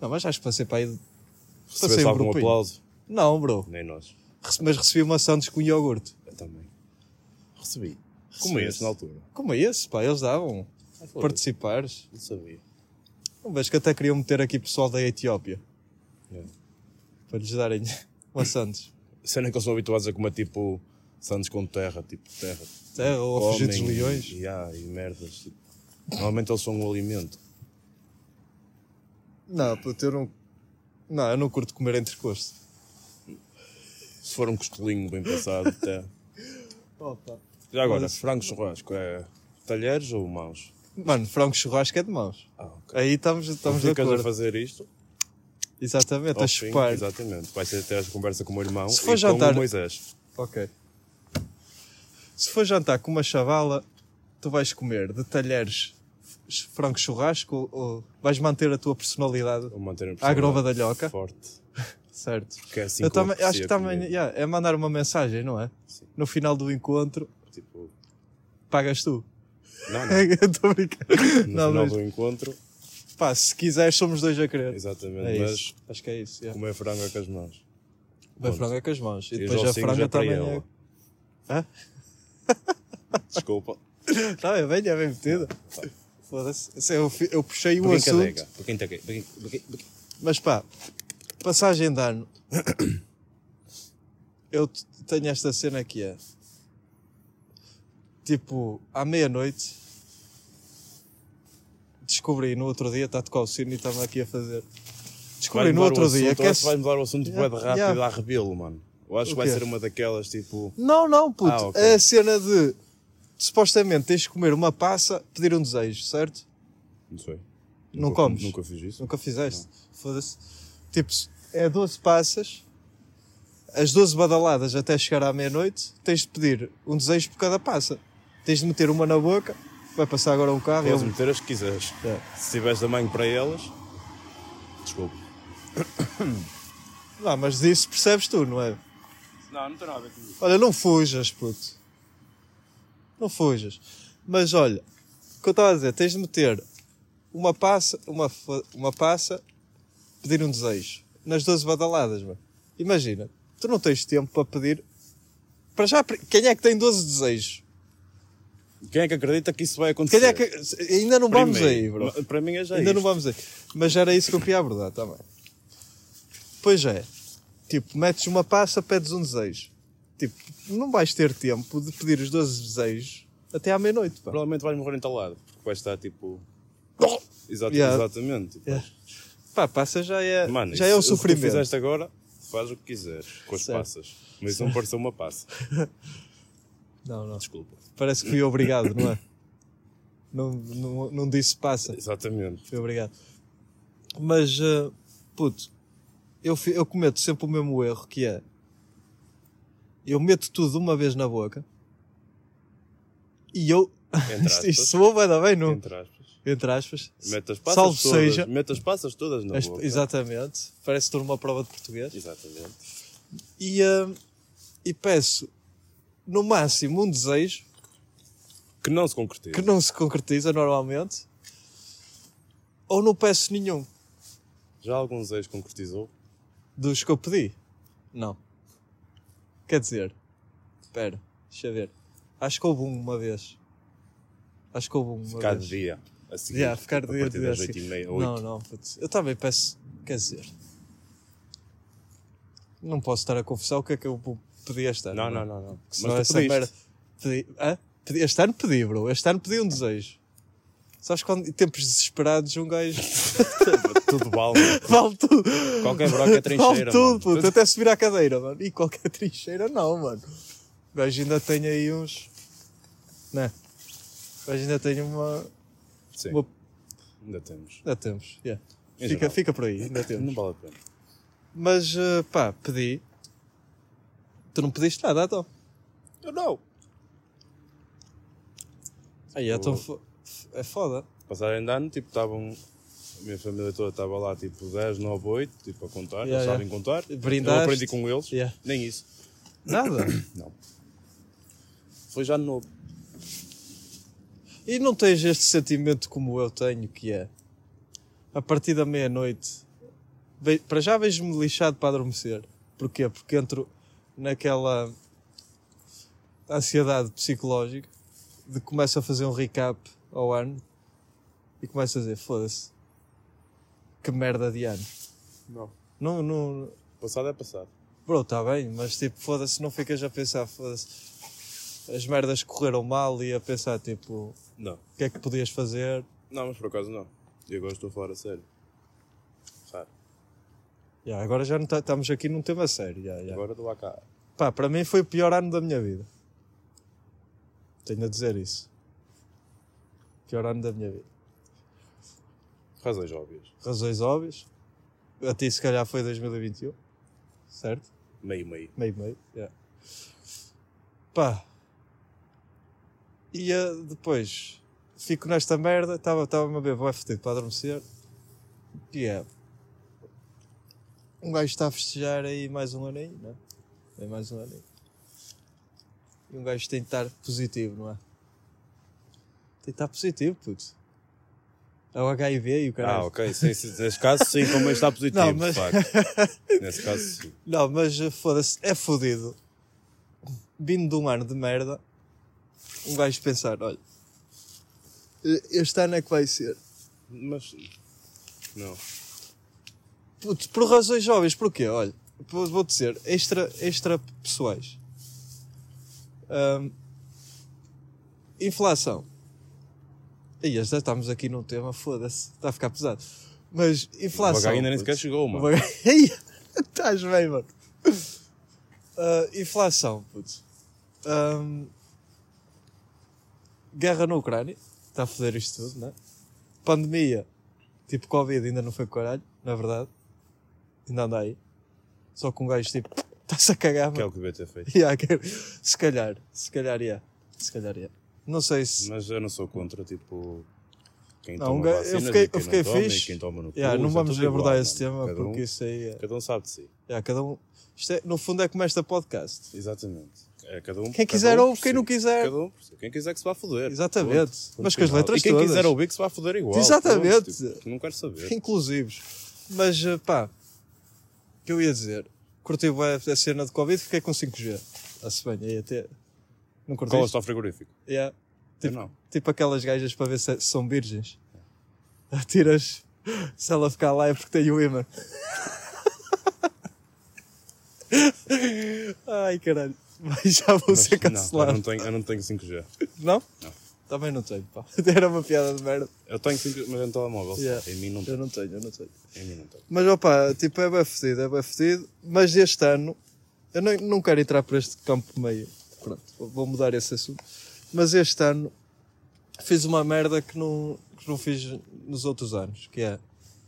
[SPEAKER 2] Não, mas acho que passei para aí.
[SPEAKER 3] Recebeste
[SPEAKER 2] um
[SPEAKER 3] algum
[SPEAKER 2] grupinho.
[SPEAKER 3] aplauso?
[SPEAKER 2] Não, bro.
[SPEAKER 3] Nem nós.
[SPEAKER 2] Rece- Mas recebi uma Santos com iogurte.
[SPEAKER 3] Eu também. Recebi. Como esse na altura? Ah,
[SPEAKER 2] Como é esse, pá? Eles davam. Participares.
[SPEAKER 3] Não sabia.
[SPEAKER 2] Não vejo que até queriam meter aqui pessoal da Etiópia.
[SPEAKER 3] É.
[SPEAKER 2] Para lhes darem uma Santos.
[SPEAKER 3] Cena é que eles são habituados a comer tipo sandes com terra, tipo terra.
[SPEAKER 2] Terra É, ou a fugir dos
[SPEAKER 3] Comem e-
[SPEAKER 2] leões.
[SPEAKER 3] E, ah, e merdas. tipo. Normalmente eles são um alimento.
[SPEAKER 2] Não, puto, eu não. Não, eu não curto comer entrecosto.
[SPEAKER 3] Se for um costelinho bem passado, até.
[SPEAKER 2] Opa.
[SPEAKER 3] Já agora,
[SPEAKER 2] Mas-
[SPEAKER 3] frango churrasco é talheres ou mãos?
[SPEAKER 2] Mano, frango churrasco é de mãos.
[SPEAKER 3] Ah, ok.
[SPEAKER 2] Aí estamos, estamos de
[SPEAKER 3] Ficas a
[SPEAKER 2] acordo.
[SPEAKER 3] fazer isto,
[SPEAKER 2] Exatamente, a
[SPEAKER 3] ao fim,
[SPEAKER 2] chupar.
[SPEAKER 3] exatamente. Vai ser até a conversa com o meu irmão
[SPEAKER 2] Se
[SPEAKER 3] e
[SPEAKER 2] for
[SPEAKER 3] com
[SPEAKER 2] jantar-
[SPEAKER 3] o Moisés.
[SPEAKER 2] Ok. Se for jantar com uma chavala, tu vais comer de talheres ch- frango churrasco ou- ou vais manter a tua personalidade?
[SPEAKER 3] Vou manter a
[SPEAKER 2] À grova da
[SPEAKER 3] personalidade
[SPEAKER 2] lhoca?
[SPEAKER 3] Forte.
[SPEAKER 2] Certo.
[SPEAKER 3] Porque é assim
[SPEAKER 2] Eu
[SPEAKER 3] que eu
[SPEAKER 2] também, acho que
[SPEAKER 3] aprecio a
[SPEAKER 2] também
[SPEAKER 3] comida.
[SPEAKER 2] yeah, é mandar uma mensagem, não é?
[SPEAKER 3] né? Sim.
[SPEAKER 2] No final do encontro,
[SPEAKER 3] Tipo,
[SPEAKER 2] pagas tu.
[SPEAKER 3] não, não.
[SPEAKER 2] Estou a brincar.
[SPEAKER 3] No
[SPEAKER 2] Não,
[SPEAKER 3] final
[SPEAKER 2] mas
[SPEAKER 3] do encontro,
[SPEAKER 2] pá, se quiseres, somos dois a querer. É
[SPEAKER 3] exatamente. mas
[SPEAKER 2] isso. Acho que é isso. Yeah.
[SPEAKER 3] comer frango é com as mãos.
[SPEAKER 2] Bem, franga com as mãos. E
[SPEAKER 3] E os
[SPEAKER 2] depois a
[SPEAKER 3] ossinhos
[SPEAKER 2] franga
[SPEAKER 3] é para
[SPEAKER 2] também é.
[SPEAKER 3] ela.
[SPEAKER 2] Hã?
[SPEAKER 3] Desculpa.
[SPEAKER 2] Tá, é bem, é bem metida. Foda-se. Esse é o fi- Eu puxei o assunto.
[SPEAKER 3] Brincadeira. Brinca- brinca- brinca- brinca-
[SPEAKER 2] Mas pá, passagem de ano. Eu t- tenho esta cena que é. Tipo, à meia-noite. Descobri no outro dia, está a tocar o sino e estava aqui a fazer.
[SPEAKER 3] Vai
[SPEAKER 2] Descobri no
[SPEAKER 3] mudar
[SPEAKER 2] outro
[SPEAKER 3] o assunto,
[SPEAKER 2] dia
[SPEAKER 3] eu
[SPEAKER 2] que é.
[SPEAKER 3] acho que vai mudar o assunto
[SPEAKER 2] Yeah,
[SPEAKER 3] yeah, de rápido
[SPEAKER 2] yeah.
[SPEAKER 3] a rebelo, mano. Eu acho
[SPEAKER 2] O
[SPEAKER 3] que vai
[SPEAKER 2] quê?
[SPEAKER 3] ser uma daquelas tipo.
[SPEAKER 2] Não, não, puto.
[SPEAKER 3] Ah, ok.
[SPEAKER 2] É a cena de. Supostamente tens de comer uma passa, pedir um desejo, certo?
[SPEAKER 3] Não sei.
[SPEAKER 2] Não
[SPEAKER 3] Nunca-
[SPEAKER 2] comes?
[SPEAKER 3] Nunca fiz isso.
[SPEAKER 2] Nunca fizeste. Foda-se. Tipo, é 12 passas, as 12 badaladas até chegar à meia-noite, tens de pedir um desejo por cada passa. Tens de meter uma na boca, vai passar agora um carro.
[SPEAKER 3] Podes
[SPEAKER 2] Eu...
[SPEAKER 3] meter as que quiseres.
[SPEAKER 2] Yeah.
[SPEAKER 3] Se tiveres tamanho para elas. Desculpa.
[SPEAKER 2] Não, "Ah, mas disso percebes tu, não é?
[SPEAKER 3] Não, não tem nada a ver com isso.
[SPEAKER 2] Olha, não fujas, puto. Não fujas. Mas olha, o que eu estava a dizer, tens de meter uma passa, uma, fa- uma passa, pedir um desejo. Nas 12 badaladas, mano. Imagina, tu não tens tempo para pedir. Para já, pre- quem é que tem 12 desejos?
[SPEAKER 3] Quem é que acredita que isso vai acontecer?
[SPEAKER 2] Quem é que. Ainda não vamos
[SPEAKER 3] Primeiro,
[SPEAKER 2] aí, bro.
[SPEAKER 3] ma- Para mim é já
[SPEAKER 2] Ainda
[SPEAKER 3] isto.
[SPEAKER 2] não vamos aí. Mas era isso que eu queria abordar também. Pois é. Tipo, metes uma passa, pedes um desejo. Tipo, não vais ter tempo de pedir os 12 desejos até à meia-noite. pá.
[SPEAKER 3] Provavelmente vais morrer entalado. Porque vais estar tipo. Exato,
[SPEAKER 2] Yeah.
[SPEAKER 3] Exatamente. Tipo,
[SPEAKER 2] Yeah. É. Pá, passa já é,
[SPEAKER 3] Mano,
[SPEAKER 2] já é
[SPEAKER 3] isso-
[SPEAKER 2] um
[SPEAKER 3] isso que tu
[SPEAKER 2] sofrimento.
[SPEAKER 3] fizeste agora, faz o que quiseres com as
[SPEAKER 2] Sério.
[SPEAKER 3] passas. Mas isso não pareceu uma passa.
[SPEAKER 2] Não, não.
[SPEAKER 3] Desculpa.
[SPEAKER 2] Parece que fui obrigado, não é? Não, não, não disse passa.
[SPEAKER 3] Exatamente.
[SPEAKER 2] Fui obrigado. Mas, eh, puto, eu, fi- eu cometo sempre o mesmo erro que é. Eu meto tudo de uma vez na boca e eu. Isto,
[SPEAKER 3] Entre
[SPEAKER 2] isto
[SPEAKER 3] aspas.
[SPEAKER 2] soou bem, não bem, não?
[SPEAKER 3] Entre aspas.
[SPEAKER 2] Entre aspas.
[SPEAKER 3] Mete as passas
[SPEAKER 2] Salve
[SPEAKER 3] todas.
[SPEAKER 2] seja.
[SPEAKER 3] Mete as passas todas na
[SPEAKER 2] As-
[SPEAKER 3] boca.
[SPEAKER 2] exatamente. Parece estou numa prova de português.
[SPEAKER 3] Exatamente.
[SPEAKER 2] E, eh, e peço, no máximo, um desejo
[SPEAKER 3] Que não se concretiza.
[SPEAKER 2] que não se concretiza normalmente, ou não peço nenhum
[SPEAKER 3] Já alguns ex concretizou?
[SPEAKER 2] dos que eu pedi. Não. Quer dizer, espera, deixa eu ver. Acho que houve um uma vez. Acho que houve um uma
[SPEAKER 3] Ficar de
[SPEAKER 2] vez.
[SPEAKER 3] dia. A seguir. tipo,
[SPEAKER 2] Yeah, ficar
[SPEAKER 3] a
[SPEAKER 2] de
[SPEAKER 3] partir
[SPEAKER 2] dia
[SPEAKER 3] das
[SPEAKER 2] assim.
[SPEAKER 3] 8h30,
[SPEAKER 2] Não,
[SPEAKER 3] 8
[SPEAKER 2] não, putz. eu também peço, quer dizer, não posso estar a confessar o que é que eu pedi este ano.
[SPEAKER 3] Não,
[SPEAKER 2] não é?
[SPEAKER 3] não, não. não.
[SPEAKER 2] Porque senão
[SPEAKER 3] Mas tu
[SPEAKER 2] essa
[SPEAKER 3] pediste.
[SPEAKER 2] merda. Pedi, hã? Pedi- este ano pedi, bro. Este ano pedi um desejo. Sabes quando em tempos desesperados um gajo
[SPEAKER 3] Tudo vale.
[SPEAKER 2] vale tudo.
[SPEAKER 3] Qualquer broca é
[SPEAKER 2] Vale
[SPEAKER 3] trincheira.
[SPEAKER 2] tudo,
[SPEAKER 3] mano.
[SPEAKER 2] puto. Até subir à cadeira, mano. E qualquer trincheira não, mano. O gajo ainda tem aí uns. Né? O gajo ainda tem uma.
[SPEAKER 3] Sim,
[SPEAKER 2] uma...
[SPEAKER 3] ainda temos.
[SPEAKER 2] Ainda temos. yeah.
[SPEAKER 3] Em
[SPEAKER 2] Fica,
[SPEAKER 3] geral.
[SPEAKER 2] fica por aí, ainda temos.
[SPEAKER 3] Não vale a pena.
[SPEAKER 2] Mas eh, pá, pedi. Tu não pediste nada, então.
[SPEAKER 3] Eu não.
[SPEAKER 2] Aí então fo- f- é foda.
[SPEAKER 3] Passarem de ano, tipo, estavam. A minha família toda estava lá, tipo, 10, 9, 8, tipo, a contar.
[SPEAKER 2] Yeah,
[SPEAKER 3] eles sabem
[SPEAKER 2] yeah.
[SPEAKER 3] contar.
[SPEAKER 2] Brindaste.
[SPEAKER 3] Eu aprendi com eles.
[SPEAKER 2] Yeah.
[SPEAKER 3] Nem isso.
[SPEAKER 2] Nada.
[SPEAKER 3] Não. Foi já novo.
[SPEAKER 2] E não tens este sentimento como eu tenho, que é a partir da meia-noite, ve- para já vejo-me lixado para adormecer. Porquê? Porque entro naquela ansiedade psicológica de que começo a fazer um recap ao ano e começo a dizer: foda-se, que merda de ano.
[SPEAKER 3] Não.
[SPEAKER 2] Não, não,
[SPEAKER 3] Passado é passado.
[SPEAKER 2] Bro, está bem, mas tipo, foda-se, não ficas a pensar, foda-se. As merdas correram mal e a pensar, tipo,
[SPEAKER 3] Não.
[SPEAKER 2] o que é que podias fazer?
[SPEAKER 3] Não, mas por acaso não. E agora estou a falar a sério. Raro.
[SPEAKER 2] Ya, agora já não tá- estamos aqui num tema sério. ya, ya.
[SPEAKER 3] Agora estou lá cá.
[SPEAKER 2] Pá, para mim foi o pior ano da minha vida. Tenho a dizer isso. Pior ano da minha vida.
[SPEAKER 3] Razões óbvias.
[SPEAKER 2] Razões óbvias. A ti, se calhar, foi 2021. Certo?
[SPEAKER 3] Meio, meio.
[SPEAKER 2] Meio, meio. Yeah. Pá. E eh, depois fico nesta merda. Estava-me a ver, vai fodido para adormecer. E é. Um gajo está a festejar aí mais um aninho, não é? É mais um aninho. E um gajo tem de estar positivo, não é? Tem de estar positivo, puto. É o HIV e o caralho.
[SPEAKER 3] Ah, ok. Sim, sim, nesse caso, sim, também está positivo,
[SPEAKER 2] Não, mas-
[SPEAKER 3] de facto. Nesse caso, sim.
[SPEAKER 2] Não, mas eh, foda-se, é fodido. Vindo de um ano de merda, um gajo pensar: olha, eh, este ano é que vai ser.
[SPEAKER 3] Mas. Não.
[SPEAKER 2] Putz, por razões jovens, porquê? Olha, vou- vou dizer, extra, extra pessoais. Ahm, inflação. Aí já estamos aqui num tema, foda-se, está a ficar pesado. Mas inflação.
[SPEAKER 3] O Vagai ainda nem
[SPEAKER 2] putz.
[SPEAKER 3] sequer chegou, mano.
[SPEAKER 2] Uma- Ei, Estás bem, mano. Ah, inflação, puto. Ahm, guerra na Ucrânia. Está a foder isto tudo, né? Pandemia. Tipo, Covid ainda não foi caralho, na verdade. Ainda anda aí. Só com um gajo tipo, está-se a cagar,
[SPEAKER 3] Que é o
[SPEAKER 2] mano.
[SPEAKER 3] que devia ter feito.
[SPEAKER 2] Yeah, quero- se calhar, se calhar, yeah. se calhar, yeah. Não sei se.
[SPEAKER 3] Mas eu não sou contra, tipo. Quem
[SPEAKER 2] Não, um
[SPEAKER 3] toma
[SPEAKER 2] ga- eu
[SPEAKER 3] vacinas
[SPEAKER 2] fiquei-
[SPEAKER 3] e quem
[SPEAKER 2] eu fiquei
[SPEAKER 3] não toma, e
[SPEAKER 2] fixe.
[SPEAKER 3] quem toma no cu,
[SPEAKER 2] Yeah, não
[SPEAKER 3] isso é
[SPEAKER 2] vamos
[SPEAKER 3] tudo
[SPEAKER 2] abordar
[SPEAKER 3] igual,
[SPEAKER 2] esse
[SPEAKER 3] mano.
[SPEAKER 2] tema
[SPEAKER 3] Cada um-
[SPEAKER 2] porque isso aí é.
[SPEAKER 3] Cada um sabe de si.
[SPEAKER 2] yeah, cada um. Isto é- no fundo é como esta podcast.
[SPEAKER 3] Exatamente. É, cada um,
[SPEAKER 2] Quem
[SPEAKER 3] cada
[SPEAKER 2] quiser
[SPEAKER 3] um
[SPEAKER 2] ouve,
[SPEAKER 3] por
[SPEAKER 2] quem
[SPEAKER 3] si.
[SPEAKER 2] não quiser.
[SPEAKER 3] Cada um por si. Quem quiser que se vá foder.
[SPEAKER 2] Exatamente.
[SPEAKER 3] Ponto. Ponto
[SPEAKER 2] Mas com as
[SPEAKER 3] final.
[SPEAKER 2] letras
[SPEAKER 3] E quem
[SPEAKER 2] todas.
[SPEAKER 3] quiser ouvir que se vá foder igual.
[SPEAKER 2] Exatamente.
[SPEAKER 3] Ponto. Tipo, não quero saber.
[SPEAKER 2] inclusivos. Mas eh, pá, o que eu ia dizer? Curti bué a cena de Covid, fiquei com 5G. A semana, ia até. Não curti?
[SPEAKER 3] Cola só é frigorífico.
[SPEAKER 2] Yeah.
[SPEAKER 3] Eu
[SPEAKER 2] Tipo,
[SPEAKER 3] não.
[SPEAKER 2] tipo aquelas gajas para ver se se são virgens. Atiras. Se ela ficar lá é porque tem o imã. Ai caralho. Mas já vou
[SPEAKER 3] Mas
[SPEAKER 2] ser
[SPEAKER 3] não, eu
[SPEAKER 2] cancelado.
[SPEAKER 3] não tenho, eu não tenho 5G.
[SPEAKER 2] Não?
[SPEAKER 3] Não.
[SPEAKER 2] Tá Também não tenho, pá. Era uma piada de merda.
[SPEAKER 3] Eu tenho simplesmente um telemóvel. só.
[SPEAKER 2] Yeah.
[SPEAKER 3] Em mim não
[SPEAKER 2] Eu
[SPEAKER 3] tenho.
[SPEAKER 2] não tenho, eu não tenho.
[SPEAKER 3] Em mim não tenho.
[SPEAKER 2] Mas opa, tipo, é bem fedido, é bem fedido. Mas este ano, eu não, não quero entrar por este campo meio. Pronto, vou- vou mudar esse assunto. Mas este ano fiz uma merda que não, que não fiz nos outros anos, que é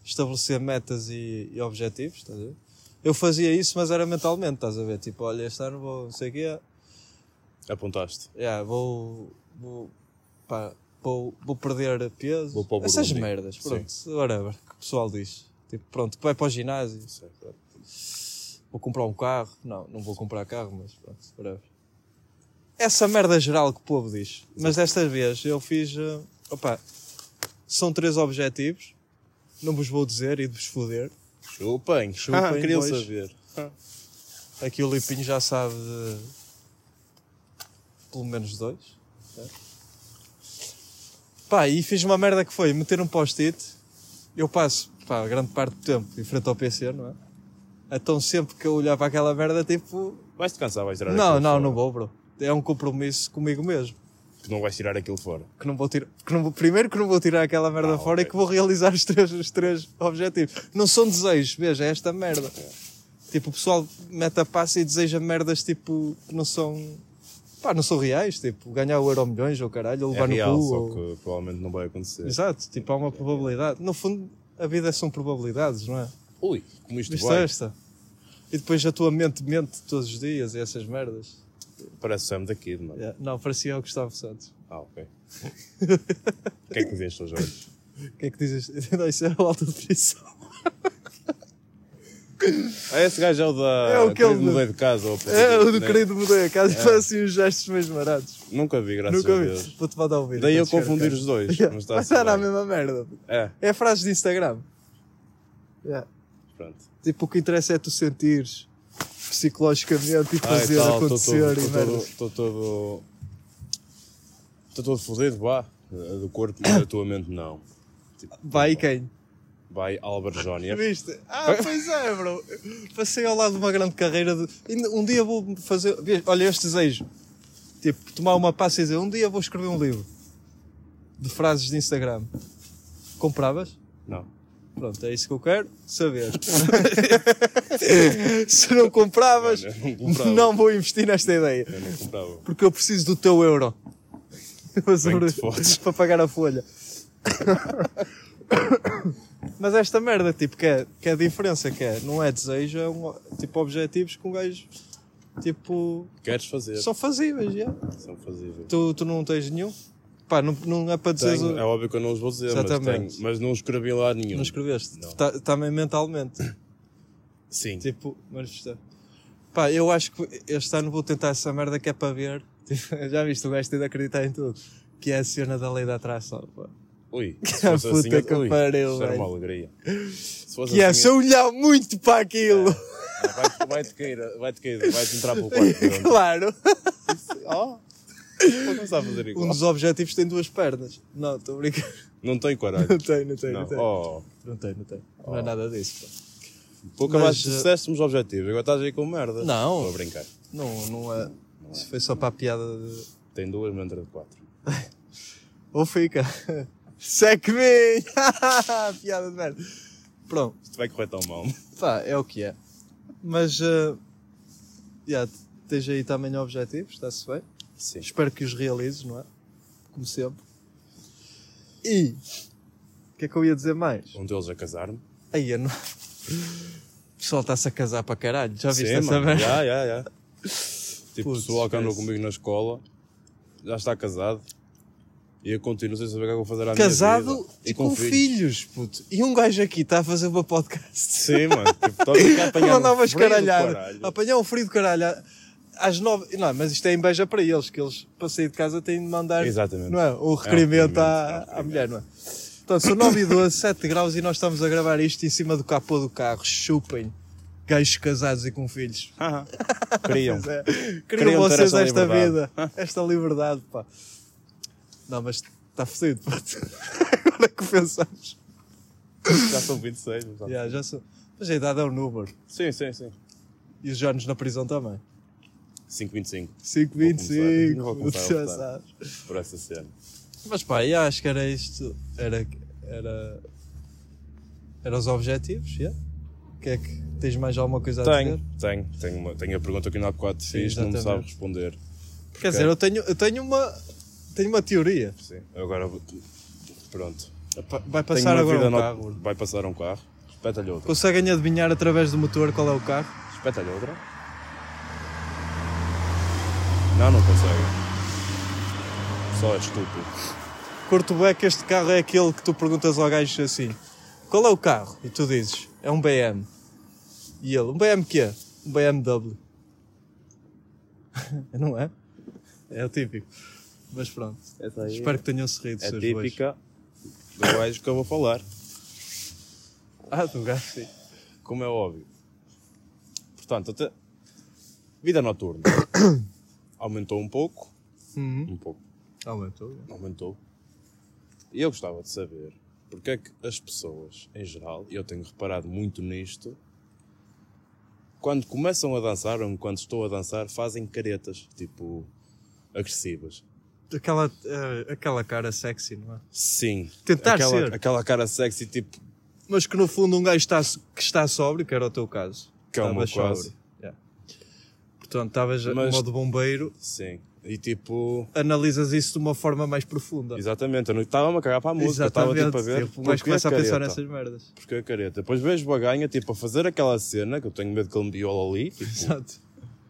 [SPEAKER 2] estabelecer metas e, e objetivos, estás a ver? Eu fazia isso, mas era mentalmente, estás a ver? Tipo, olha, este ano vou, não sei o quê,
[SPEAKER 3] Apontaste.
[SPEAKER 2] yeah, vou, vou, pá, vou, vou perder peso.
[SPEAKER 3] Vou para o
[SPEAKER 2] Essas
[SPEAKER 3] Burundi.
[SPEAKER 2] merdas,
[SPEAKER 3] Sim.
[SPEAKER 2] pronto, whatever, que o pessoal diz. Tipo, pronto, vai para o ginásio,
[SPEAKER 3] Sei, pronto.
[SPEAKER 2] vou comprar um carro. Não, não vou comprar carro, mas pronto, whatever. Essa merda geral que o povo diz. Mas desta vez eu fiz. eh, Opa, são três objetivos. Não vos vou dizer e de vos foder.
[SPEAKER 3] Chupem, chupem.
[SPEAKER 2] Ah,
[SPEAKER 3] queriam
[SPEAKER 2] dois.
[SPEAKER 3] saber.
[SPEAKER 2] Aqui o Lipinho já sabe de pelo menos dois. né? Pá, e fiz uma merda que foi meter um post-it. Eu passo, pá, grande parte do tempo em frente ao PC, não é? Então sempre que eu olhar para aquela merda, tipo,
[SPEAKER 3] Vais te cansar, vais
[SPEAKER 2] Não,
[SPEAKER 3] tirar aquilo
[SPEAKER 2] não,
[SPEAKER 3] fora.
[SPEAKER 2] não vou, bro. É um compromisso comigo mesmo.
[SPEAKER 3] Tu não vais tirar aquilo fora.
[SPEAKER 2] Que não vou tirar, que não vou- primeiro que não vou tirar aquela merda
[SPEAKER 3] Ah,
[SPEAKER 2] fora
[SPEAKER 3] ok.
[SPEAKER 2] e que vou realizar os três, os três objetivos. Não são desejos, veja, é esta merda. Tipo, o pessoal mete a passa e deseja merdas tipo que não são. Pá, não são reais, tipo, ganhar o euro milhões ou caralho, ou
[SPEAKER 3] É
[SPEAKER 2] levar
[SPEAKER 3] real,
[SPEAKER 2] no cu.
[SPEAKER 3] só
[SPEAKER 2] ou-
[SPEAKER 3] que provavelmente não vai acontecer.
[SPEAKER 2] Exato, tipo, há uma probabilidade. No fundo, a vida são probabilidades, não é?
[SPEAKER 3] Ui, como isto
[SPEAKER 2] Viste
[SPEAKER 3] vai.
[SPEAKER 2] esta? E depois a tua mente mente todos os dias e essas merdas.
[SPEAKER 3] Parece Sam da Kid, mano.
[SPEAKER 2] Yeah. Não, parecia o Gustavo Santos.
[SPEAKER 3] Ah, ok. O que é que vês hoje? olhos?
[SPEAKER 2] O que é que dizes? Não, isso era o alto de prisão.
[SPEAKER 3] Ah, esse gajo é o da.
[SPEAKER 2] É o que
[SPEAKER 3] querido
[SPEAKER 2] ele-
[SPEAKER 3] Mudei de casa. ou-
[SPEAKER 2] É, o do
[SPEAKER 3] né?
[SPEAKER 2] querido mudei a casa e faz assim os gestos meio marados.
[SPEAKER 3] Nunca vi, graças
[SPEAKER 2] Nunca
[SPEAKER 3] a
[SPEAKER 2] vi.
[SPEAKER 3] Deus.
[SPEAKER 2] Vou-te mandar ouvir.
[SPEAKER 3] Daí eu
[SPEAKER 2] então, chegar a
[SPEAKER 3] confundir
[SPEAKER 2] casa.
[SPEAKER 3] os dois.
[SPEAKER 2] Yeah.
[SPEAKER 3] Mas
[SPEAKER 2] Vai
[SPEAKER 3] está
[SPEAKER 2] dar a mesma merda.
[SPEAKER 3] É,
[SPEAKER 2] É frases de Instagram. Yeah.
[SPEAKER 3] pronto.
[SPEAKER 2] Tipo, o que interessa é tu sentires psicologicamente e
[SPEAKER 3] Ai,
[SPEAKER 2] fazer
[SPEAKER 3] tal, Ah, então, tô
[SPEAKER 2] acontecer
[SPEAKER 3] todo-
[SPEAKER 2] e
[SPEAKER 3] tô
[SPEAKER 2] merda.
[SPEAKER 3] todo- Estou todo. Estou todo fodido, vá. A Do corpo, mas da tua mente, não. Tipo,
[SPEAKER 2] Vai quem?
[SPEAKER 3] Vai Albert Jonier.
[SPEAKER 2] Viste? Ah, pois é, bro. Passei ao lado de uma grande carreira. De... Ainda- Um dia vou fazer. Vês, Olha, este desejo. Tipo, tomar uma passa e dizer: Um dia vou escrever um livro de frases de Instagram. Compravas?
[SPEAKER 3] Não.
[SPEAKER 2] Pronto, é isso que eu quero saber. Se não compravas,
[SPEAKER 3] Olha, não comprava.
[SPEAKER 2] não vou investir nesta ideia.
[SPEAKER 3] Eu não comprava.
[SPEAKER 2] Porque eu preciso do teu euro para, sobre-
[SPEAKER 3] forte.
[SPEAKER 2] para pagar a folha. Mas esta merda, tipo, que é, que é a diferença, que é, não é desejo, é um, tipo objetivos que um gajo, tipo,
[SPEAKER 3] Queres fazer? é um
[SPEAKER 2] são fazíveis, já.
[SPEAKER 3] São fazíveis.
[SPEAKER 2] Tu, tu não tens nenhum? Pá, não, não é para dizer,
[SPEAKER 3] Tenho- é óbvio que eu não os vou dizer, mas,
[SPEAKER 2] Exatamente.
[SPEAKER 3] tenho- mas não escrevi lá nenhum.
[SPEAKER 2] não escreveste,
[SPEAKER 3] Não.
[SPEAKER 2] Tá- também mentalmente.
[SPEAKER 3] Sim.
[SPEAKER 2] Tipo, manifestar. Pá, eu acho que este ano vou tentar essa merda que é para ver. Tipo, já viste, o gajo tem de acreditar em tudo. Que é a cena da lei da atração. Pá.
[SPEAKER 3] Ui, se
[SPEAKER 2] a
[SPEAKER 3] fosse assim,
[SPEAKER 2] puta que
[SPEAKER 3] ui,
[SPEAKER 2] pariu,
[SPEAKER 3] isso era
[SPEAKER 2] velho.
[SPEAKER 3] uma alegria. Se fosse
[SPEAKER 2] Que é,
[SPEAKER 3] assim,
[SPEAKER 2] se eu olhar muito para aquilo.
[SPEAKER 3] ah, vai-te- vai-te cair, vai-te cair, vai-te entrar pelo quarto. de dentro.
[SPEAKER 2] Claro.
[SPEAKER 3] Oh, vou começar a fazer igual.
[SPEAKER 2] Um dos objetivos tem duas pernas. Não, estou a brincar.
[SPEAKER 3] Não tem caralho.
[SPEAKER 2] Não tem, não tem, não,
[SPEAKER 3] Não.
[SPEAKER 2] tem.
[SPEAKER 3] Oh,
[SPEAKER 2] Não tem, não tem. Não é nada disso. Pá.
[SPEAKER 3] tu
[SPEAKER 2] Mas,
[SPEAKER 3] acabaste
[SPEAKER 2] eh,
[SPEAKER 3] de sucesso nos objetivos, agora estás aí com merda.
[SPEAKER 2] Não.
[SPEAKER 3] Estou a brincar.
[SPEAKER 2] Não, não é. Isso foi só para a piada de.
[SPEAKER 3] Tem duas, mas entra de quatro.
[SPEAKER 2] Ou fica. Segue-me! piada de merda. Pronto.
[SPEAKER 3] Isto vai correr tão mal.
[SPEAKER 2] Pá, é o que é. Mas, uh, yeah, tens aí também objetivos, está-se bem.
[SPEAKER 3] Sim.
[SPEAKER 2] Espero que os realizes, não é? Como sempre. E, o que é que eu ia dizer mais?
[SPEAKER 3] Um deles a casar-me.
[SPEAKER 2] Aí, eu não... O pessoal está-se a casar para caralho, já viste essa
[SPEAKER 3] mano.
[SPEAKER 2] merda?
[SPEAKER 3] Já, já, já. Tipo, o
[SPEAKER 2] Putz,
[SPEAKER 3] pessoal que andou
[SPEAKER 2] esquece.
[SPEAKER 3] comigo na escola já está casado. E eu continuo sem saber o que é que eu vou fazer à minha
[SPEAKER 2] Casado tipo um
[SPEAKER 3] vida.
[SPEAKER 2] e com, filhos, puto. E um gajo aqui está a fazer uma podcast.
[SPEAKER 3] Sim, mano. Tipo, estou a ficar apanhado.
[SPEAKER 2] Mandar umas caralhadas.
[SPEAKER 3] caralho.
[SPEAKER 2] Apanhar um frio de caralho à- às nove. Não, mas isto é em beija para eles, que eles para sair de casa têm de mandar
[SPEAKER 3] Exatamente. um
[SPEAKER 2] não é? o requerimento à, à mulher, não é? Portanto, são 9 e 12, 7 graus e nós estamos a gravar isto em cima do capô do carro. Chupem, gajos casados e com filhos.
[SPEAKER 3] Aham. Queriam.
[SPEAKER 2] É. Queriam,
[SPEAKER 3] Queriam ter
[SPEAKER 2] vocês
[SPEAKER 3] esta
[SPEAKER 2] esta
[SPEAKER 3] liberdade.
[SPEAKER 2] vida, esta liberdade, pá. Não, mas está fodido, pá. Agora que pensamos.
[SPEAKER 3] Já são 26. não sabe?
[SPEAKER 2] Já, já sou- Mas a idade é o número.
[SPEAKER 3] Sim, sim, sim.
[SPEAKER 2] E os anos na prisão também.
[SPEAKER 3] 5,25
[SPEAKER 2] 5,
[SPEAKER 3] começar.
[SPEAKER 2] 25,
[SPEAKER 3] Vou começar a
[SPEAKER 2] já
[SPEAKER 3] votar.
[SPEAKER 2] sabes.
[SPEAKER 3] por essa cena.
[SPEAKER 2] Mas pá, yeah, acho que era isto. Era. Era. Era os objetivos, yeah. O que é que. Tens mais alguma coisa a
[SPEAKER 3] Tenho,
[SPEAKER 2] dizer?
[SPEAKER 3] tenho, tenho, uma- tenho a pergunta que ainda há bocado te
[SPEAKER 2] Sim,
[SPEAKER 3] fiz, não me
[SPEAKER 2] exatamente.
[SPEAKER 3] sabe responder.
[SPEAKER 2] Quer dizer, eu tenho, eu tenho uma. Tenho uma teoria.
[SPEAKER 3] Sim, agora vou- pronto.
[SPEAKER 2] Vai
[SPEAKER 3] Tenho
[SPEAKER 2] passar
[SPEAKER 3] uma
[SPEAKER 2] agora
[SPEAKER 3] vida
[SPEAKER 2] um
[SPEAKER 3] no-
[SPEAKER 2] carro.
[SPEAKER 3] Vai passar um carro. Espeta-lhe outra.
[SPEAKER 2] Conseguem adivinhar através do motor qual é o carro?
[SPEAKER 3] Espeta-lhe outra. Não, não consegue. Só é estúpido.
[SPEAKER 2] Curto bem que este carro é aquele que tu perguntas ao gajo assim: qual é o carro? E tu dizes: é um BM. E ele: um BM quê? Um BMW. Não é? É o típico. Mas pronto. Espero que tenham sorrido.
[SPEAKER 3] é
[SPEAKER 2] seus bois.
[SPEAKER 3] típica do gajo que eu vou falar,
[SPEAKER 2] Ah, do gajo, sim.
[SPEAKER 3] como é óbvio. Portanto, até... vida noturna aumentou um pouco.
[SPEAKER 2] Uhum.
[SPEAKER 3] Um pouco.
[SPEAKER 2] Aumentou.
[SPEAKER 3] aumentou. E eu gostava de saber porque é que as pessoas, em geral, e eu tenho reparado muito nisto, quando começam a dançar, ou quando estou a dançar, fazem caretas, tipo, agressivas.
[SPEAKER 2] Aquela, eh, aquela cara sexy, não é?
[SPEAKER 3] Sim.
[SPEAKER 2] Tentar
[SPEAKER 3] aquela,
[SPEAKER 2] ser.
[SPEAKER 3] Aquela cara sexy, tipo,
[SPEAKER 2] Mas que no fundo um gajo está, que está sóbrio, que era o teu caso.
[SPEAKER 3] Que é o meu
[SPEAKER 2] Estavas
[SPEAKER 3] caso.
[SPEAKER 2] sóbrio. Yeah. Portanto, estavas no
[SPEAKER 3] Mas-
[SPEAKER 2] modo bombeiro,
[SPEAKER 3] sim. E tipo,
[SPEAKER 2] analisas isso de uma forma mais profunda.
[SPEAKER 3] exatamente, eu não estava-me a cagar para a música, eu estava tipo a ver.
[SPEAKER 2] Tipo, um gajo começa a
[SPEAKER 3] porquê
[SPEAKER 2] pensar
[SPEAKER 3] careta?
[SPEAKER 2] nessas merdas.
[SPEAKER 3] Porque a careta. Depois vejo o Baganha, tipo, a fazer aquela cena, que eu tenho medo que ele me viole ali, tipo,
[SPEAKER 2] Exato.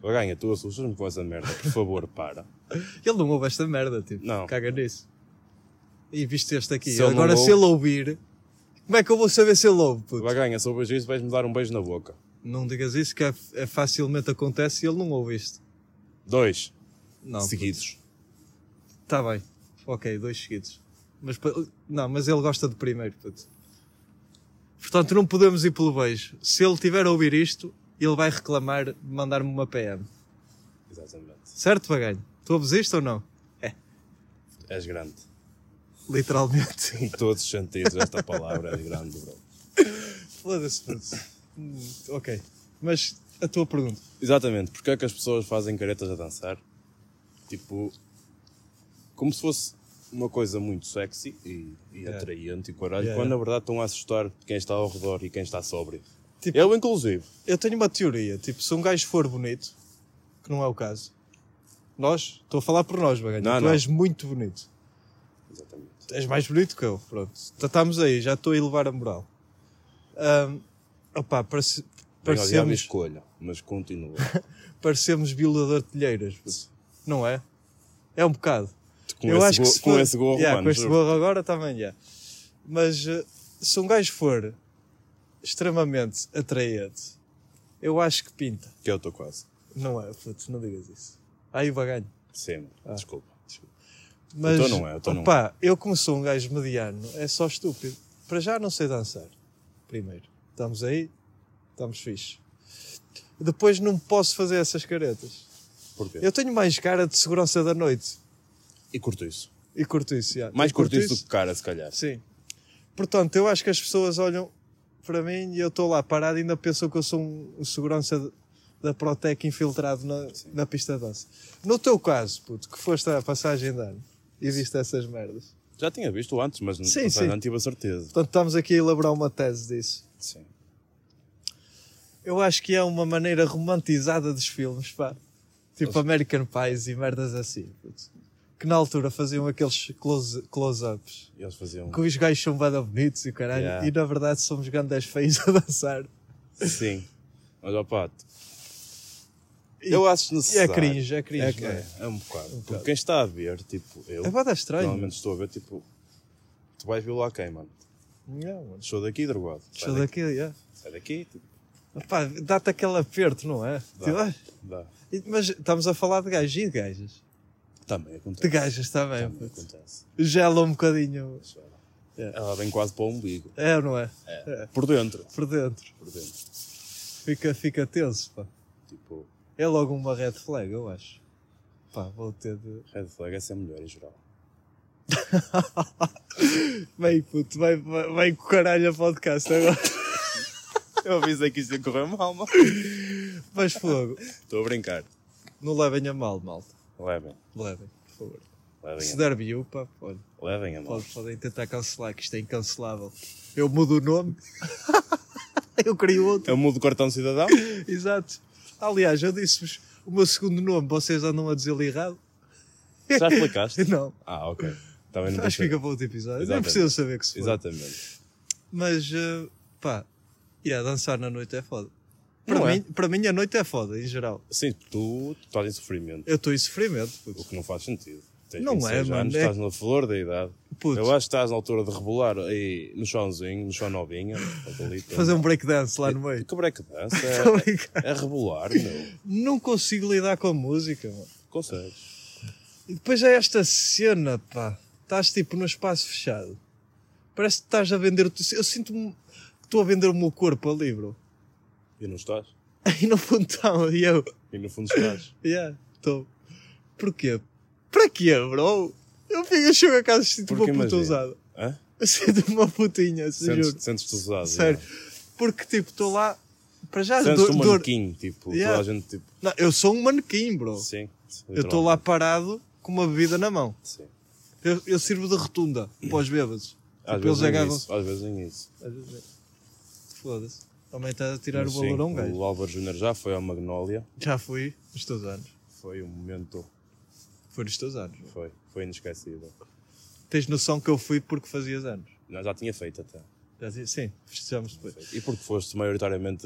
[SPEAKER 3] Baganha, tu assustas-me com essa merda, por favor, para.
[SPEAKER 2] Ele não ouve esta merda, tipo.
[SPEAKER 3] Não.
[SPEAKER 2] Caga nisso. E viste este aqui.
[SPEAKER 3] Se ele não
[SPEAKER 2] Agora,
[SPEAKER 3] ouve-
[SPEAKER 2] se ele ouvir, como é que eu vou saber se ele ouve, puto?
[SPEAKER 3] Baganha, se ouves isso, vais-me dar um beijo na boca.
[SPEAKER 2] Não digas isso, que é, é facilmente acontece e ele não ouve isto.
[SPEAKER 3] Dois
[SPEAKER 2] Não.
[SPEAKER 3] seguidos.
[SPEAKER 2] Está bem. Ok, dois seguidos. Mas, pa- não, mas ele gosta de primeiro, puto. Portanto, não podemos ir pelo beijo. Se ele tiver a ouvir isto, ele vai reclamar, mandar-me uma PM.
[SPEAKER 3] Exatamente.
[SPEAKER 2] Certo, Baganho? Tu ouves isto ou não?
[SPEAKER 3] És grande.
[SPEAKER 2] Literalmente.
[SPEAKER 3] Em todos os sentidos, esta palavra é grande, bro.
[SPEAKER 2] Foda-se, puto. Hum, ok. Mas a tua pergunta.
[SPEAKER 3] Exatamente. Porquê é que as pessoas fazem caretas a dançar? Tipo, como se fosse uma coisa muito sexy e, e
[SPEAKER 2] Yeah.
[SPEAKER 3] atraente e caralho,
[SPEAKER 2] Yeah, yeah.
[SPEAKER 3] quando na verdade estão a assustar quem está ao redor e quem está sóbrio.
[SPEAKER 2] Tipo-
[SPEAKER 3] Eu, inclusive.
[SPEAKER 2] Eu tenho uma teoria. Tipo, se um gajo for bonito, que não é o caso, nós, estou a falar por nós, Baganho.
[SPEAKER 3] Não,
[SPEAKER 2] tu
[SPEAKER 3] não.
[SPEAKER 2] és muito bonito.
[SPEAKER 3] Exatamente.
[SPEAKER 2] és mais bonito que eu. Pronto, já estamos aí, já estou a elevar a moral. Ahm, opá, parece-
[SPEAKER 3] Tenho odiado a
[SPEAKER 2] parecemos,
[SPEAKER 3] escolha, mas continua.
[SPEAKER 2] parecemos violador de telheiras, puto. não é? É um bocado.
[SPEAKER 3] Com, esse, go-
[SPEAKER 2] se
[SPEAKER 3] com
[SPEAKER 2] for-
[SPEAKER 3] esse gorro,
[SPEAKER 2] Yeah,
[SPEAKER 3] mano.
[SPEAKER 2] Com esse
[SPEAKER 3] juro.
[SPEAKER 2] gorro agora também, já. Mas eh, se um gajo for extremamente atraente, eu acho que pinta.
[SPEAKER 3] Que eu estou quase.
[SPEAKER 2] Não é, puto, não digas isso. Aí o baganho.
[SPEAKER 3] Sim,
[SPEAKER 2] Ah.
[SPEAKER 3] desculpa. desculpa.
[SPEAKER 2] Mas,
[SPEAKER 3] Então não é, então não
[SPEAKER 2] opá, eu como sou um gajo mediano, é só estúpido. Para já não sei dançar. Primeiro. Estamos aí, estamos fixe. Depois não posso fazer essas caretas.
[SPEAKER 3] Porquê?
[SPEAKER 2] Eu tenho mais cara de segurança da noite.
[SPEAKER 3] E curto isso.
[SPEAKER 2] E curto isso, já.
[SPEAKER 3] Mais
[SPEAKER 2] Eu curto
[SPEAKER 3] curto isso do que cara, se calhar.
[SPEAKER 2] Sim. Portanto, eu acho que as pessoas olham para mim e eu estou lá parado e ainda pensam que eu sou um, um segurança de- da Protec infiltrado na, na pista de dança. No teu caso, puto, que foste à passagem de ano e viste essas merdas.
[SPEAKER 3] Já tinha visto antes, mas
[SPEAKER 2] Sim,
[SPEAKER 3] não, sei,
[SPEAKER 2] sim.
[SPEAKER 3] não tive a certeza.
[SPEAKER 2] Portanto, estamos aqui a elaborar uma tese disso.
[SPEAKER 3] Sim.
[SPEAKER 2] Eu acho que é uma maneira romantizada dos filmes, pá. Tipo American Pies e merdas assim. putz. Que na altura faziam aqueles close- close-ups.
[SPEAKER 3] E eles faziam.
[SPEAKER 2] que os gajos são bada bonitos e o caralho.
[SPEAKER 3] Yeah.
[SPEAKER 2] E na verdade somos grandes feios a dançar.
[SPEAKER 3] Sim. Mas ó pá,
[SPEAKER 2] E-
[SPEAKER 3] eu
[SPEAKER 2] E
[SPEAKER 3] acho
[SPEAKER 2] é
[SPEAKER 3] necessário.
[SPEAKER 2] cringe, é cringe.
[SPEAKER 3] É,
[SPEAKER 2] não É,
[SPEAKER 3] é, é um bocado. Porque quem está a ver, tipo, eu.
[SPEAKER 2] é bada estranho.
[SPEAKER 3] Normalmente estou a ver, tipo. Tu vais violar quem, mano?
[SPEAKER 2] Não, mano.
[SPEAKER 3] Show daqui, drogado. Sai
[SPEAKER 2] Show
[SPEAKER 3] daqui.
[SPEAKER 2] daquilo, yeah.
[SPEAKER 3] Sai daqui, tipo,
[SPEAKER 2] Pá, dá-te aquele aperto, não é? Tipo, ah,
[SPEAKER 3] dá.
[SPEAKER 2] e- mas estamos a falar de gajos e de gajas.
[SPEAKER 3] Também
[SPEAKER 2] De
[SPEAKER 3] acontece.
[SPEAKER 2] gajas também,
[SPEAKER 3] Também
[SPEAKER 2] puto.
[SPEAKER 3] acontece.
[SPEAKER 2] Gela um bocadinho.
[SPEAKER 3] Ela vem quase para o umbigo.
[SPEAKER 2] É, ou não é? É.
[SPEAKER 3] Por dentro.
[SPEAKER 2] Por dentro.
[SPEAKER 3] Por dentro.
[SPEAKER 2] Fica, fica tenso, pá.
[SPEAKER 3] Tipo,
[SPEAKER 2] É logo uma red flag, eu acho. Pá, vou ter de.
[SPEAKER 3] red flag é ser melhor em geral.
[SPEAKER 2] Vai, puto, vai, vai, vai com o caralho a podcast agora.
[SPEAKER 3] Eu avisei que isso ia correr mal, mano.
[SPEAKER 2] Mas fogo.
[SPEAKER 3] Estou a brincar.
[SPEAKER 2] Não levem a mal, malta.
[SPEAKER 3] Levem.
[SPEAKER 2] Levem, por favor.
[SPEAKER 3] Levem. Levem
[SPEAKER 2] Se
[SPEAKER 3] a,
[SPEAKER 2] der view, pá, olha,
[SPEAKER 3] levem a mal.
[SPEAKER 2] pode- podem tentar cancelar, que isto é incancelável. Eu mudo o nome, eu crio outro.
[SPEAKER 3] Eu mudo o cartão de cidadão?
[SPEAKER 2] Exato. Aliás, eu disse-vos o meu segundo nome, vocês andam a dizer errado.
[SPEAKER 3] Já explicaste?
[SPEAKER 2] Não.
[SPEAKER 3] Ah, ok. Também não
[SPEAKER 2] Acho que
[SPEAKER 3] tem-
[SPEAKER 2] acabou outro episódio.
[SPEAKER 3] Exatamente.
[SPEAKER 2] Nem preciso saber que se foi.
[SPEAKER 3] Exatamente.
[SPEAKER 2] Mas, eh, pá, yeah, dançar na noite é foda. Para,
[SPEAKER 3] Não é?
[SPEAKER 2] mim, para mim, a noite é foda, em geral.
[SPEAKER 3] Sim, tu tu estás em sofrimento,
[SPEAKER 2] Eu estou em sofrimento.
[SPEAKER 3] o
[SPEAKER 2] puto.
[SPEAKER 3] que não faz sentido. Tens
[SPEAKER 2] Não é,
[SPEAKER 3] 26
[SPEAKER 2] mano,
[SPEAKER 3] anos,
[SPEAKER 2] é-
[SPEAKER 3] estás na flor da idade.
[SPEAKER 2] Puto.
[SPEAKER 3] Eu acho que estás na altura de rebolar aí no chãozinho, no chão novinho.
[SPEAKER 2] Fazer um breakdance lá no meio.
[SPEAKER 3] Que breakdance.
[SPEAKER 2] Tô brincando.
[SPEAKER 3] É, é rebolar, meu.
[SPEAKER 2] Não consigo lidar com a música, mano.
[SPEAKER 3] Consegues.
[SPEAKER 2] E depois é esta cena, pá. Estás tipo num espaço fechado. Parece que estás a vender. o teu- Eu sinto-me que estou a vender o meu corpo a livro.
[SPEAKER 3] E não estás.
[SPEAKER 2] E no fundo estão, e eu.
[SPEAKER 3] E no fundo estás.
[SPEAKER 2] Yeah, estou. Porquê? Para quê, bro? Eu fico, eu chego a casa e sinto-me
[SPEAKER 3] Porque
[SPEAKER 2] uma puta
[SPEAKER 3] imagina.
[SPEAKER 2] usada.
[SPEAKER 3] Hã?
[SPEAKER 2] Eu sinto-me uma putinha, se juro.
[SPEAKER 3] Sentes- Sentes-te usado.
[SPEAKER 2] Sério.
[SPEAKER 3] já.
[SPEAKER 2] Porque tipo, estou lá. Para já,
[SPEAKER 3] Sentes-te
[SPEAKER 2] dor-
[SPEAKER 3] um
[SPEAKER 2] dor-
[SPEAKER 3] manequim, tipo.
[SPEAKER 2] Yeah.
[SPEAKER 3] Toda a gente, tipo.
[SPEAKER 2] Não, eu sou um manequim, bro.
[SPEAKER 3] Sim.
[SPEAKER 2] Eu estou lá tipo, parado com uma bebida na mão.
[SPEAKER 3] Sim.
[SPEAKER 2] Eu, eu sirvo de rotunda para os bêbados. Tipo,
[SPEAKER 3] Às
[SPEAKER 2] eles
[SPEAKER 3] vezes, nem
[SPEAKER 2] agarram.
[SPEAKER 3] isso, às vezes nem isso.
[SPEAKER 2] Às vezes é. Foda-se. Também está a tirar
[SPEAKER 3] Mas
[SPEAKER 2] o valor a um
[SPEAKER 3] sim,
[SPEAKER 2] gajo.
[SPEAKER 3] O Álvaro Júnior já foi ao Magnólia.
[SPEAKER 2] Já fui nos teus anos.
[SPEAKER 3] Foi um momento.
[SPEAKER 2] Foi nos teus anos. bro.
[SPEAKER 3] Foi. Foi inesquecível.
[SPEAKER 2] Tens noção que eu fui porque fazias anos.
[SPEAKER 3] Não, já tinha feito até.
[SPEAKER 2] Já disse- Sim, festejamos depois.
[SPEAKER 3] E porque foste maioritariamente.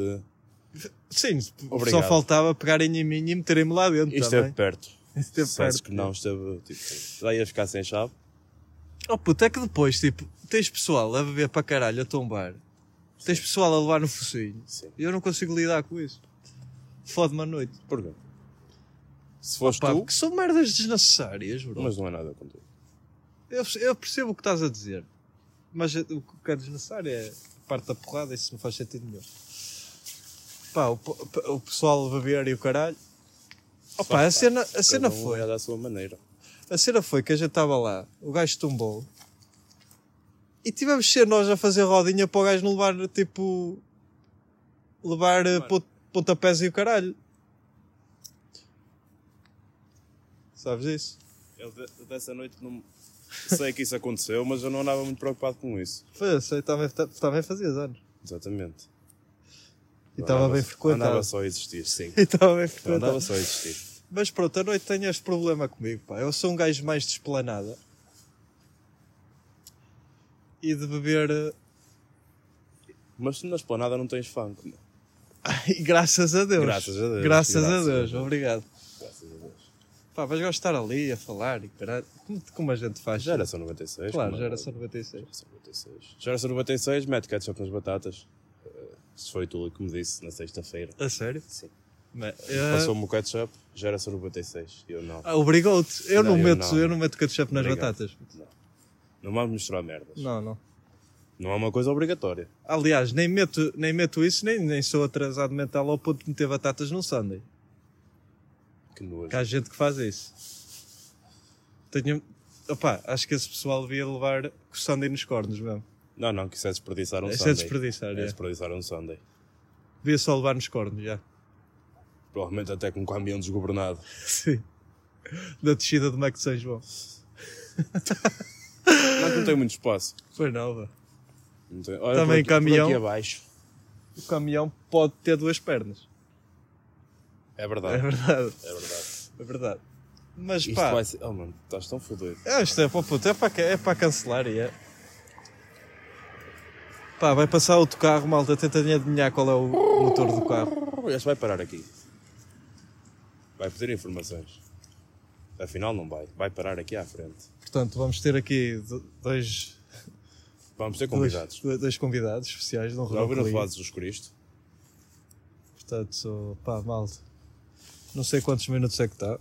[SPEAKER 2] Sim,
[SPEAKER 3] Obrigado.
[SPEAKER 2] só faltava pegarem em mim e meterem-me lá dentro
[SPEAKER 3] Isto é
[SPEAKER 2] também.
[SPEAKER 3] perto.
[SPEAKER 2] Isto é
[SPEAKER 3] Sabes
[SPEAKER 2] perto.
[SPEAKER 3] que não esteve. Tipo, já ia ficar sem chave.
[SPEAKER 2] Oh puto, é que depois, tipo, tens pessoal a beber para caralho, a tombar. Tens pessoal a levar no focinho.
[SPEAKER 3] Sim.
[SPEAKER 2] E eu não consigo lidar com isso. Fode-me à noite.
[SPEAKER 3] Porquê? Se foste
[SPEAKER 2] Pá,
[SPEAKER 3] tu,
[SPEAKER 2] porque são merdas desnecessárias, bro.
[SPEAKER 3] mas não é nada contigo.
[SPEAKER 2] Eu, eu percebo o que estás a dizer. Mas o que é desnecessário é a parte da porrada, isso não faz sentido nenhum. Pá, o, po- o pessoal a beber e o caralho. Oh, pá, a cena, a cena
[SPEAKER 3] Cada um
[SPEAKER 2] foi.
[SPEAKER 3] é da sua maneira.
[SPEAKER 2] A cena foi que a gente estava lá, o gajo tombou e tivemos de ser nós a fazer rodinha para o gajo não levar tipo. levar eh, pon- pontapés e o caralho. Sabes isso?
[SPEAKER 3] Eu de- dessa noite não sei que isso aconteceu, mas eu não andava muito preocupado com isso.
[SPEAKER 2] Foi, eu sei, também, ta- também fazias anos.
[SPEAKER 3] Exatamente.
[SPEAKER 2] E estava
[SPEAKER 3] Andava-
[SPEAKER 2] bem frequentado.
[SPEAKER 3] Andava só a existir, sim.
[SPEAKER 2] E estava bem
[SPEAKER 3] Eu
[SPEAKER 2] frequentado.
[SPEAKER 3] andava só a existir.
[SPEAKER 2] Mas pronto, à noite tenho este problema comigo, pá. Eu sou um gajo mais de esplanada. E de beber. eh,
[SPEAKER 3] Mas tu na esplanada não tens funk, meu.
[SPEAKER 2] E graças a Deus.
[SPEAKER 3] Graças a Deus.
[SPEAKER 2] Graças a
[SPEAKER 3] Graças a
[SPEAKER 2] Deus,
[SPEAKER 3] Deus.
[SPEAKER 2] obrigado.
[SPEAKER 3] Graças a Deus.
[SPEAKER 2] Pá, vais gostar ali a falar e caralho. Como, como a gente faz?
[SPEAKER 3] Geração 96.
[SPEAKER 2] Claro,
[SPEAKER 3] como é?
[SPEAKER 2] geração 96.
[SPEAKER 3] Geração 96. Geração 96, mete ketchup nas batatas. Eh, Isso foi tudo que me disse na sexta-feira.
[SPEAKER 2] A sério?
[SPEAKER 3] Sim.
[SPEAKER 2] Mas, eh,
[SPEAKER 3] Passou-me o ketchup, geração 96. Eu não.
[SPEAKER 2] ah, Obrigou-te. Eu não,
[SPEAKER 3] Não, eu
[SPEAKER 2] meto,
[SPEAKER 3] não.
[SPEAKER 2] eu não meto ketchup nas
[SPEAKER 3] Obrigado.
[SPEAKER 2] batatas.
[SPEAKER 3] Não vamos misturar merdas. Não.
[SPEAKER 2] Não, não.
[SPEAKER 3] é uma coisa obrigatória.
[SPEAKER 2] Aliás, nem meto, nem meto isso, nem, nem sou atrasado mental ao ponto de meter batatas num sundae.
[SPEAKER 3] Que nojo.
[SPEAKER 2] Que há gente que faz isso. Tenho. Opa, acho que esse pessoal devia levar com o sundae nos cornos mesmo.
[SPEAKER 3] Não, não, que isso é desperdiçar um
[SPEAKER 2] Isso é
[SPEAKER 3] Sunday.
[SPEAKER 2] desperdiçar, é.
[SPEAKER 3] É desperdiçar um Sunday.
[SPEAKER 2] Devia só levar nos cornos já.
[SPEAKER 3] Provavelmente até com um caminhão desgovernado.
[SPEAKER 2] Sim. Da descida do Mac de São João.
[SPEAKER 3] Mas não tem muito espaço.
[SPEAKER 2] Foi nova.
[SPEAKER 3] Não tem- Olha,
[SPEAKER 2] Também
[SPEAKER 3] por aqui-
[SPEAKER 2] caminhão.
[SPEAKER 3] Por aqui abaixo.
[SPEAKER 2] O caminhão pode ter duas pernas.
[SPEAKER 3] É
[SPEAKER 2] É
[SPEAKER 3] verdade.
[SPEAKER 2] verdade.
[SPEAKER 3] É verdade.
[SPEAKER 2] É verdade. Mas
[SPEAKER 3] Isto
[SPEAKER 2] pá.
[SPEAKER 3] vai ser. Oh, mano, estás tão fodido.
[SPEAKER 2] É, isto é para puto, é para, ca- é para cancelar e é. Pá, vai passar outro carro, malta. Tenta adivinhar qual é o motor do carro.
[SPEAKER 3] Este vai parar aqui. Vai pedir informações. Afinal, não vai. Vai parar aqui à frente.
[SPEAKER 2] Portanto, vamos ter aqui do- dois,
[SPEAKER 3] Vamos ter
[SPEAKER 2] dois,
[SPEAKER 3] convidados.
[SPEAKER 2] dois, dois convidados especiais de um
[SPEAKER 3] Já ouviram
[SPEAKER 2] Rodolfo
[SPEAKER 3] falar
[SPEAKER 2] Lee.
[SPEAKER 3] de Jesus Cristo?
[SPEAKER 2] Portanto, pá, malta. Não sei quantos minutos é que está.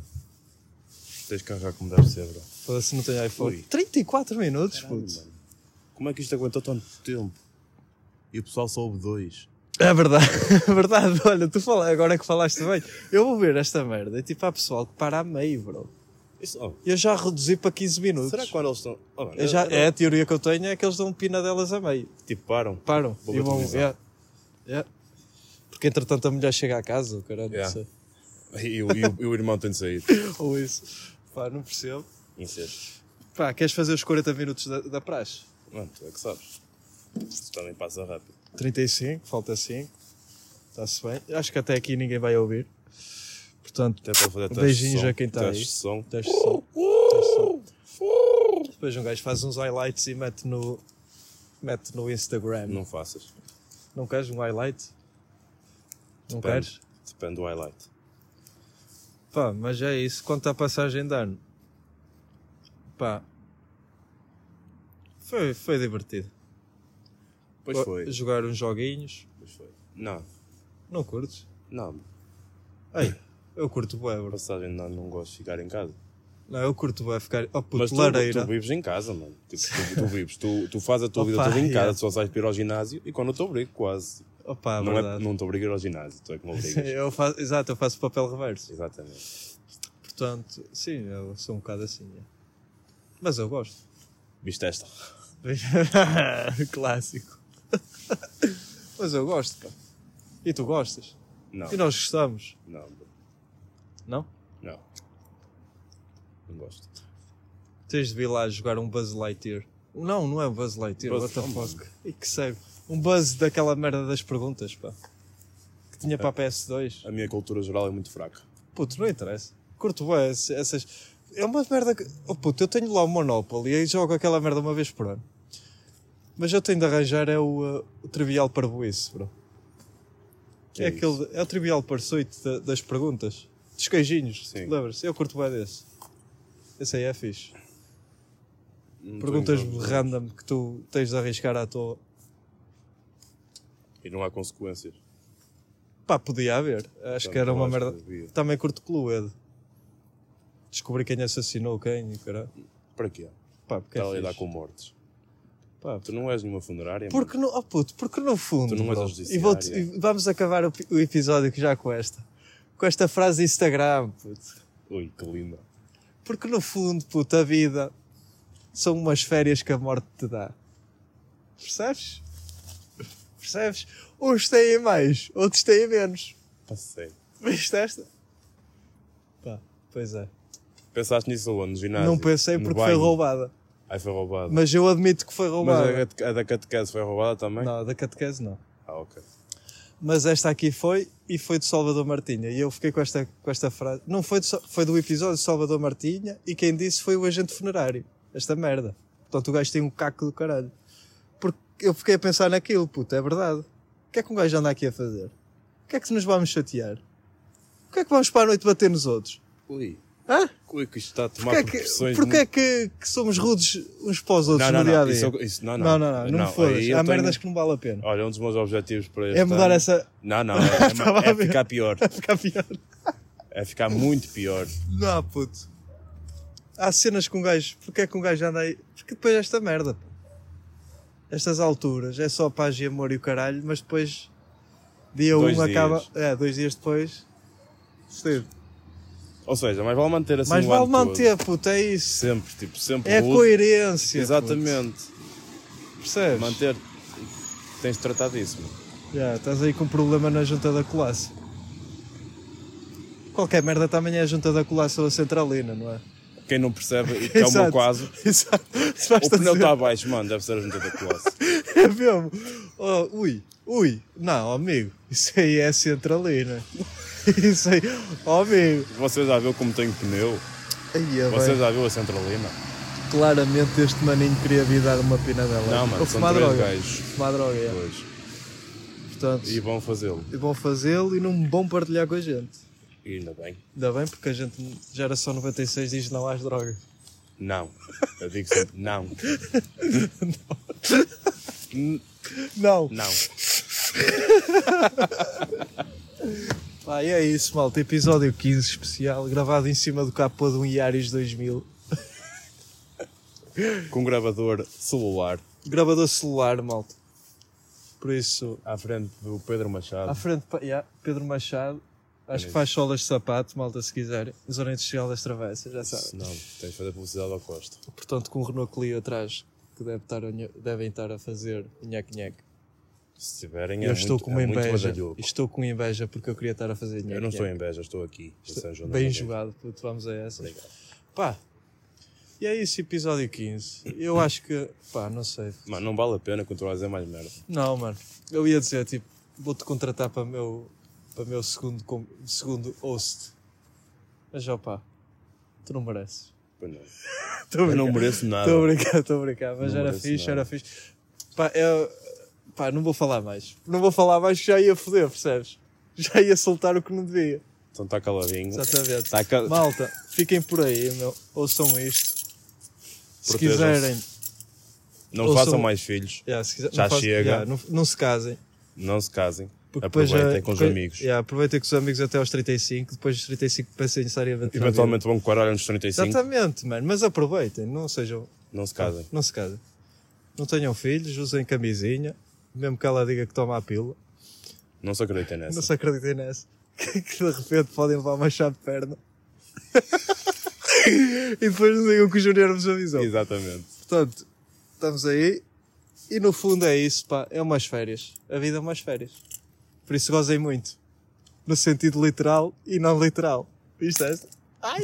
[SPEAKER 3] Tens que arranjar como deve ser, bro.
[SPEAKER 2] Se não tenho iPhone.
[SPEAKER 3] Ui.
[SPEAKER 2] 34 minutos, puto.
[SPEAKER 3] Mano, Como é que isto aguentou tanto tempo? E o pessoal soube dois.
[SPEAKER 2] É verdade, é verdade. Olha, tu fala, agora é que falaste bem, eu vou ver esta merda. É tipo, há pessoal que para a meio, bro.
[SPEAKER 3] Isso, oh,
[SPEAKER 2] Eu já reduzi para 15 minutos.
[SPEAKER 3] será que quando eles estão. Oh, mano,
[SPEAKER 2] Eu já,
[SPEAKER 3] eu-
[SPEAKER 2] é a teoria que eu tenho é que eles dão pina delas a meio.
[SPEAKER 3] Tipo, param.
[SPEAKER 2] Param.
[SPEAKER 3] Vou
[SPEAKER 2] e
[SPEAKER 3] ver
[SPEAKER 2] vão.
[SPEAKER 3] televisão.
[SPEAKER 2] Yeah. Yeah. Porque entretanto a mulher chega a casa, o caralho,
[SPEAKER 3] Yeah.
[SPEAKER 2] não sei.
[SPEAKER 3] E, o- e o- e o irmão tem de sair.
[SPEAKER 2] Ou isso. Pá, não percebo.
[SPEAKER 3] incestos.
[SPEAKER 2] Pá, queres fazer os 40 minutos da, da praxe?
[SPEAKER 3] Mano, tu é que sabes. Isso também passa rápido.
[SPEAKER 2] 35, falta 5. Está-se bem. Acho que até aqui ninguém vai ouvir. Portanto,
[SPEAKER 3] Até para fazer testes
[SPEAKER 2] Beijinhos
[SPEAKER 3] de som,
[SPEAKER 2] a quem tá
[SPEAKER 3] testes
[SPEAKER 2] aí.
[SPEAKER 3] de som.
[SPEAKER 2] teste de som. Teste de som. Depois um gajo faz uns highlights e mete no, mete no Instagram. Não.
[SPEAKER 3] Não faças.
[SPEAKER 2] queres um highlight? Não queres?
[SPEAKER 3] Depende Tipo, é do highlight.
[SPEAKER 2] Pá, mas é isso. Quanto à passagem de ano, pá, foi, foi divertido.
[SPEAKER 3] Pois foi.
[SPEAKER 2] Jogar uns joguinhos.
[SPEAKER 3] Pois foi. Não.
[SPEAKER 2] Não curtes?
[SPEAKER 3] Não.
[SPEAKER 2] Ei, eu curto bué, bro.
[SPEAKER 3] Passagem não, não gosto de ficar em casa.
[SPEAKER 2] Não, eu curto bué ficar... Oh, puto,
[SPEAKER 3] Mas tu,
[SPEAKER 2] lareira.
[SPEAKER 3] tu vives em casa, mano. Tipo, tu, tu vives, tu, tu fazes a tua vida
[SPEAKER 2] Opa,
[SPEAKER 3] toda em
[SPEAKER 2] yeah.
[SPEAKER 3] casa, tu só sais para ir ao ginásio e quando eu te obrigo, quase.
[SPEAKER 2] Opa, é
[SPEAKER 3] não é-
[SPEAKER 2] verdade.
[SPEAKER 3] não te obrigo a ir ao ginásio, tu é que me obrigas.
[SPEAKER 2] eu faço, exato, eu faço papel reverso.
[SPEAKER 3] Exatamente.
[SPEAKER 2] Portanto, sim, eu sou um bocado assim. é. Mas eu gosto.
[SPEAKER 3] Viste esta?
[SPEAKER 2] Clássico. Mas eu gosto, pá. E tu gostas.
[SPEAKER 3] Não.
[SPEAKER 2] E nós gostamos,
[SPEAKER 3] Não, bro.
[SPEAKER 2] não?
[SPEAKER 3] não. Não gosto.
[SPEAKER 2] Tens de vir lá jogar um Buzz Lightyear. Não, não é um Buzz Lightyear,
[SPEAKER 3] Buzz-
[SPEAKER 2] what the fuck. E que sério. Um Buzz daquela merda das perguntas, pá. Que
[SPEAKER 3] É.
[SPEAKER 2] tinha para a PS2.
[SPEAKER 3] A minha cultura geral é muito fraca.
[SPEAKER 2] Puto, não interessa. Curto bem esse- essas. É uma merda que. Oh, puto, eu tenho lá o Monopoly e jogo aquela merda uma vez por ano. Mas eu tenho de arranjar é o, uh, o trivial parboice, bro.
[SPEAKER 3] Que
[SPEAKER 2] é,
[SPEAKER 3] é
[SPEAKER 2] aquele, é o trivial parsoite da- das perguntas. Dos queijinhos,
[SPEAKER 3] Sim.
[SPEAKER 2] lembras? Eu curto bem desse. Esse aí é fixe.
[SPEAKER 3] Não tô
[SPEAKER 2] Perguntas
[SPEAKER 3] em jogo.
[SPEAKER 2] random que tu tens de arriscar à toa.
[SPEAKER 3] E não há consequências.
[SPEAKER 2] Pá, podia haver. Acho
[SPEAKER 3] Portanto,
[SPEAKER 2] que era
[SPEAKER 3] eu
[SPEAKER 2] uma
[SPEAKER 3] acho
[SPEAKER 2] merda.
[SPEAKER 3] que devia.
[SPEAKER 2] Também curto Cluedo. Descobri quem assassinou quem e caralho.
[SPEAKER 3] Para quê?
[SPEAKER 2] Pá, porque
[SPEAKER 3] Está Tá a
[SPEAKER 2] é
[SPEAKER 3] lidar
[SPEAKER 2] fixe.
[SPEAKER 3] com mortes.
[SPEAKER 2] Pá,
[SPEAKER 3] Tu não és nenhuma funerária. mano.
[SPEAKER 2] Porque no, oh puto, porque no fundo.
[SPEAKER 3] Tu não és
[SPEAKER 2] bro,
[SPEAKER 3] um a
[SPEAKER 2] e, vou
[SPEAKER 3] judiciária.
[SPEAKER 2] e vamos acabar o, pi- o episódio que já com esta. Com esta frase de Instagram, puto.
[SPEAKER 3] Ui, que linda.
[SPEAKER 2] Porque no fundo, puto, a vida são umas férias que a morte te dá. Percebes? Percebes? Uns têm mais, outros têm menos.
[SPEAKER 3] Passei.
[SPEAKER 2] Viste esta? Pá, pois é.
[SPEAKER 3] Pensaste nisso onde? No ginásio?
[SPEAKER 2] não pensei
[SPEAKER 3] No
[SPEAKER 2] porque foi
[SPEAKER 3] banho?
[SPEAKER 2] roubada.
[SPEAKER 3] Aí foi roubado.
[SPEAKER 2] Mas
[SPEAKER 3] Mas, é
[SPEAKER 2] eu admito que foi roubada.
[SPEAKER 3] a, cate- a da catequese foi roubada também?
[SPEAKER 2] Não, da catequese não.
[SPEAKER 3] Ah, ok.
[SPEAKER 2] Mas esta aqui foi e foi de Salvador Martinha. E eu fiquei com esta, com esta frase. Não foi, de Sa- foi do episódio de Salvador Martinha e quem disse foi o agente funerário. Esta merda. Portanto, o gajo tem um caco do caralho. Porque eu fiquei a pensar naquilo, puto, é verdade. O que é que um gajo anda aqui a fazer? O que é que nos vamos chatear? O que é que vamos para a noite bater nos outros?
[SPEAKER 3] Ui.
[SPEAKER 2] Hã?
[SPEAKER 3] Ui, que isto está a tomar
[SPEAKER 2] Porquê é que,
[SPEAKER 3] proporções...
[SPEAKER 2] porquê é que, que somos rudes uns para os outros
[SPEAKER 3] não, não,
[SPEAKER 2] no dia a
[SPEAKER 3] não,
[SPEAKER 2] dia?
[SPEAKER 3] isso, é- isso, não,
[SPEAKER 2] não,
[SPEAKER 3] não.
[SPEAKER 2] não, não, não, me fodas. Há
[SPEAKER 3] aí eu tenho-
[SPEAKER 2] merdas que não vale a pena.
[SPEAKER 3] Olha, um dos meus objetivos para este
[SPEAKER 2] É mudar
[SPEAKER 3] ano-
[SPEAKER 2] essa.
[SPEAKER 3] Não, não, é, é- é ficar pior.
[SPEAKER 2] ficar pior.
[SPEAKER 3] É ficar muito pior.
[SPEAKER 2] Não, puto. Há cenas com um gajo. Porquê é que um gajo anda aí? Porque depois esta merda. pá. Estas alturas é só paz e amor e o caralho, mas depois. Dia 1
[SPEAKER 3] Dois
[SPEAKER 2] um
[SPEAKER 3] dias.
[SPEAKER 2] acaba. É, dois dias depois. Esteve.
[SPEAKER 3] Ou seja, mais vale manter assim
[SPEAKER 2] Mas
[SPEAKER 3] o
[SPEAKER 2] vale
[SPEAKER 3] ano todo.
[SPEAKER 2] manter, puto, é isso.
[SPEAKER 3] Sempre, tipo, sempre
[SPEAKER 2] É a
[SPEAKER 3] rude.
[SPEAKER 2] coerência.
[SPEAKER 3] Exatamente.
[SPEAKER 2] puto, percebes?
[SPEAKER 3] Manter... Tens de tratar disso, mano.
[SPEAKER 2] Já, estás aí com um problema na junta da colaça. Qualquer merda também é a junta da colaça ou a centralina, não é?
[SPEAKER 3] Quem não percebe, e que é o meu
[SPEAKER 2] Exato.
[SPEAKER 3] caso,
[SPEAKER 2] Exato. Se
[SPEAKER 3] o
[SPEAKER 2] basta
[SPEAKER 3] pneu
[SPEAKER 2] dizer-
[SPEAKER 3] está abaixo, mano, deve ser a junta da classe.
[SPEAKER 2] É mesmo? Oh, ui, ui, não, amigo, isso aí é centralina. Isso aí, oh, amigo.
[SPEAKER 3] Você já viu como tenho pneu?
[SPEAKER 2] Aí, é
[SPEAKER 3] Você
[SPEAKER 2] bem.
[SPEAKER 3] já viu a centralina?
[SPEAKER 2] Claramente este maninho queria vir dar uma pinadela.
[SPEAKER 3] Não, mano,
[SPEAKER 2] Ou
[SPEAKER 3] são
[SPEAKER 2] fumar
[SPEAKER 3] três
[SPEAKER 2] droga.
[SPEAKER 3] gajos
[SPEAKER 2] Fumar droga, é.
[SPEAKER 3] hoje.
[SPEAKER 2] Portanto,
[SPEAKER 3] E vão fazê-lo.
[SPEAKER 2] é bom fazê-lo e não bom partilhar com a gente.
[SPEAKER 3] E ainda bem.
[SPEAKER 2] Ainda bem porque a gente, geração 96, diz não às drogas.
[SPEAKER 3] Não. Eu digo sempre não. N-
[SPEAKER 2] Não.
[SPEAKER 3] Não.
[SPEAKER 2] Pá, e é isso, malta. Episódio 15 especial, gravado em cima do capô de um Iaris 2000.
[SPEAKER 3] Com um gravador celular
[SPEAKER 2] Gravador celular, malta. Por isso,
[SPEAKER 3] à frente do Pedro Machado.
[SPEAKER 2] À frente, pa- yeah, Pedro Machado. Acho que faz solas de sapato, malta, se quiserem. Zona Industrial das Travessas, já
[SPEAKER 3] Se
[SPEAKER 2] sabem.
[SPEAKER 3] Não, tens de fazer publicidade ao Costa.
[SPEAKER 2] Portanto, com o Renault Clio atrás, que deve estar a nhe- devem estar a fazer nhaque-nhaque.
[SPEAKER 3] Se tiverem, é
[SPEAKER 2] eu estou
[SPEAKER 3] muito,
[SPEAKER 2] com uma
[SPEAKER 3] é muito
[SPEAKER 2] inveja. é
[SPEAKER 3] badalhoco.
[SPEAKER 2] Estou com inveja porque eu queria estar a fazer nhaque
[SPEAKER 3] Eu não é estou em inveja, estou aqui. em São João da
[SPEAKER 2] é Bem
[SPEAKER 3] Madeira.
[SPEAKER 2] jogado, puto, vamos a essa. Pá, E é isso, episódio 15. Eu acho que, pá, não sei.
[SPEAKER 3] Mano, não vale a pena continuar a dizer mais merda.
[SPEAKER 2] Não, mano. Eu ia dizer, tipo, vou-te contratar para meu, para meu segundo, com- segundo host. Mas, ó pá, tu não mereces.
[SPEAKER 3] Pois não.
[SPEAKER 2] Estou
[SPEAKER 3] Eu não mereço nada.
[SPEAKER 2] Estou a brincar, estou a brincar. Mas
[SPEAKER 3] Não
[SPEAKER 2] era
[SPEAKER 3] mereço
[SPEAKER 2] fixe,
[SPEAKER 3] nada.
[SPEAKER 2] era fixe. Pá, eu, pá, não vou falar mais. Não vou falar mais, já ia foder, percebes? Já ia soltar o que não devia.
[SPEAKER 3] Então está caladinho.
[SPEAKER 2] Exatamente.
[SPEAKER 3] Tá cal-
[SPEAKER 2] Malta, fiquem por aí, meu. Ouçam isto. Se
[SPEAKER 3] Protejam-se.
[SPEAKER 2] quiserem,
[SPEAKER 3] Não
[SPEAKER 2] Ouçam-
[SPEAKER 3] façam mais filhos.
[SPEAKER 2] yeah, se quiser-
[SPEAKER 3] Já
[SPEAKER 2] não faz-
[SPEAKER 3] chega.
[SPEAKER 2] yeah, não, não se casem.
[SPEAKER 3] Não se casem.
[SPEAKER 2] Porque depois,
[SPEAKER 3] Aproveitem
[SPEAKER 2] eh,
[SPEAKER 3] com os
[SPEAKER 2] depois-
[SPEAKER 3] amigos.
[SPEAKER 2] yeah, aproveitem com os amigos até aos 35, depois dos 35 pensem seriamente. na
[SPEAKER 3] Eventualmente vão quarar nos 35.
[SPEAKER 2] vida. Exatamente, mano. Mas aproveitem, não sejam.
[SPEAKER 3] Não se casem.
[SPEAKER 2] Não se casem. Não tenham filhos, usem camisinha, mesmo que ela diga que toma a pílula.
[SPEAKER 3] Não se acreditem
[SPEAKER 2] Não
[SPEAKER 3] nessa.
[SPEAKER 2] se acreditem nessa. Que que de repente podem levar uma chave de perna. e depois não digam que o Júnior vos avisou.
[SPEAKER 3] Exatamente.
[SPEAKER 2] Portanto, estamos aí. E no fundo é isso, pá. É umas férias. A vida é umas férias. Por isso gozem muito. No sentido literal e não literal. Isto é esta. Ai!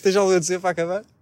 [SPEAKER 2] Tens algo a dizer para acabar?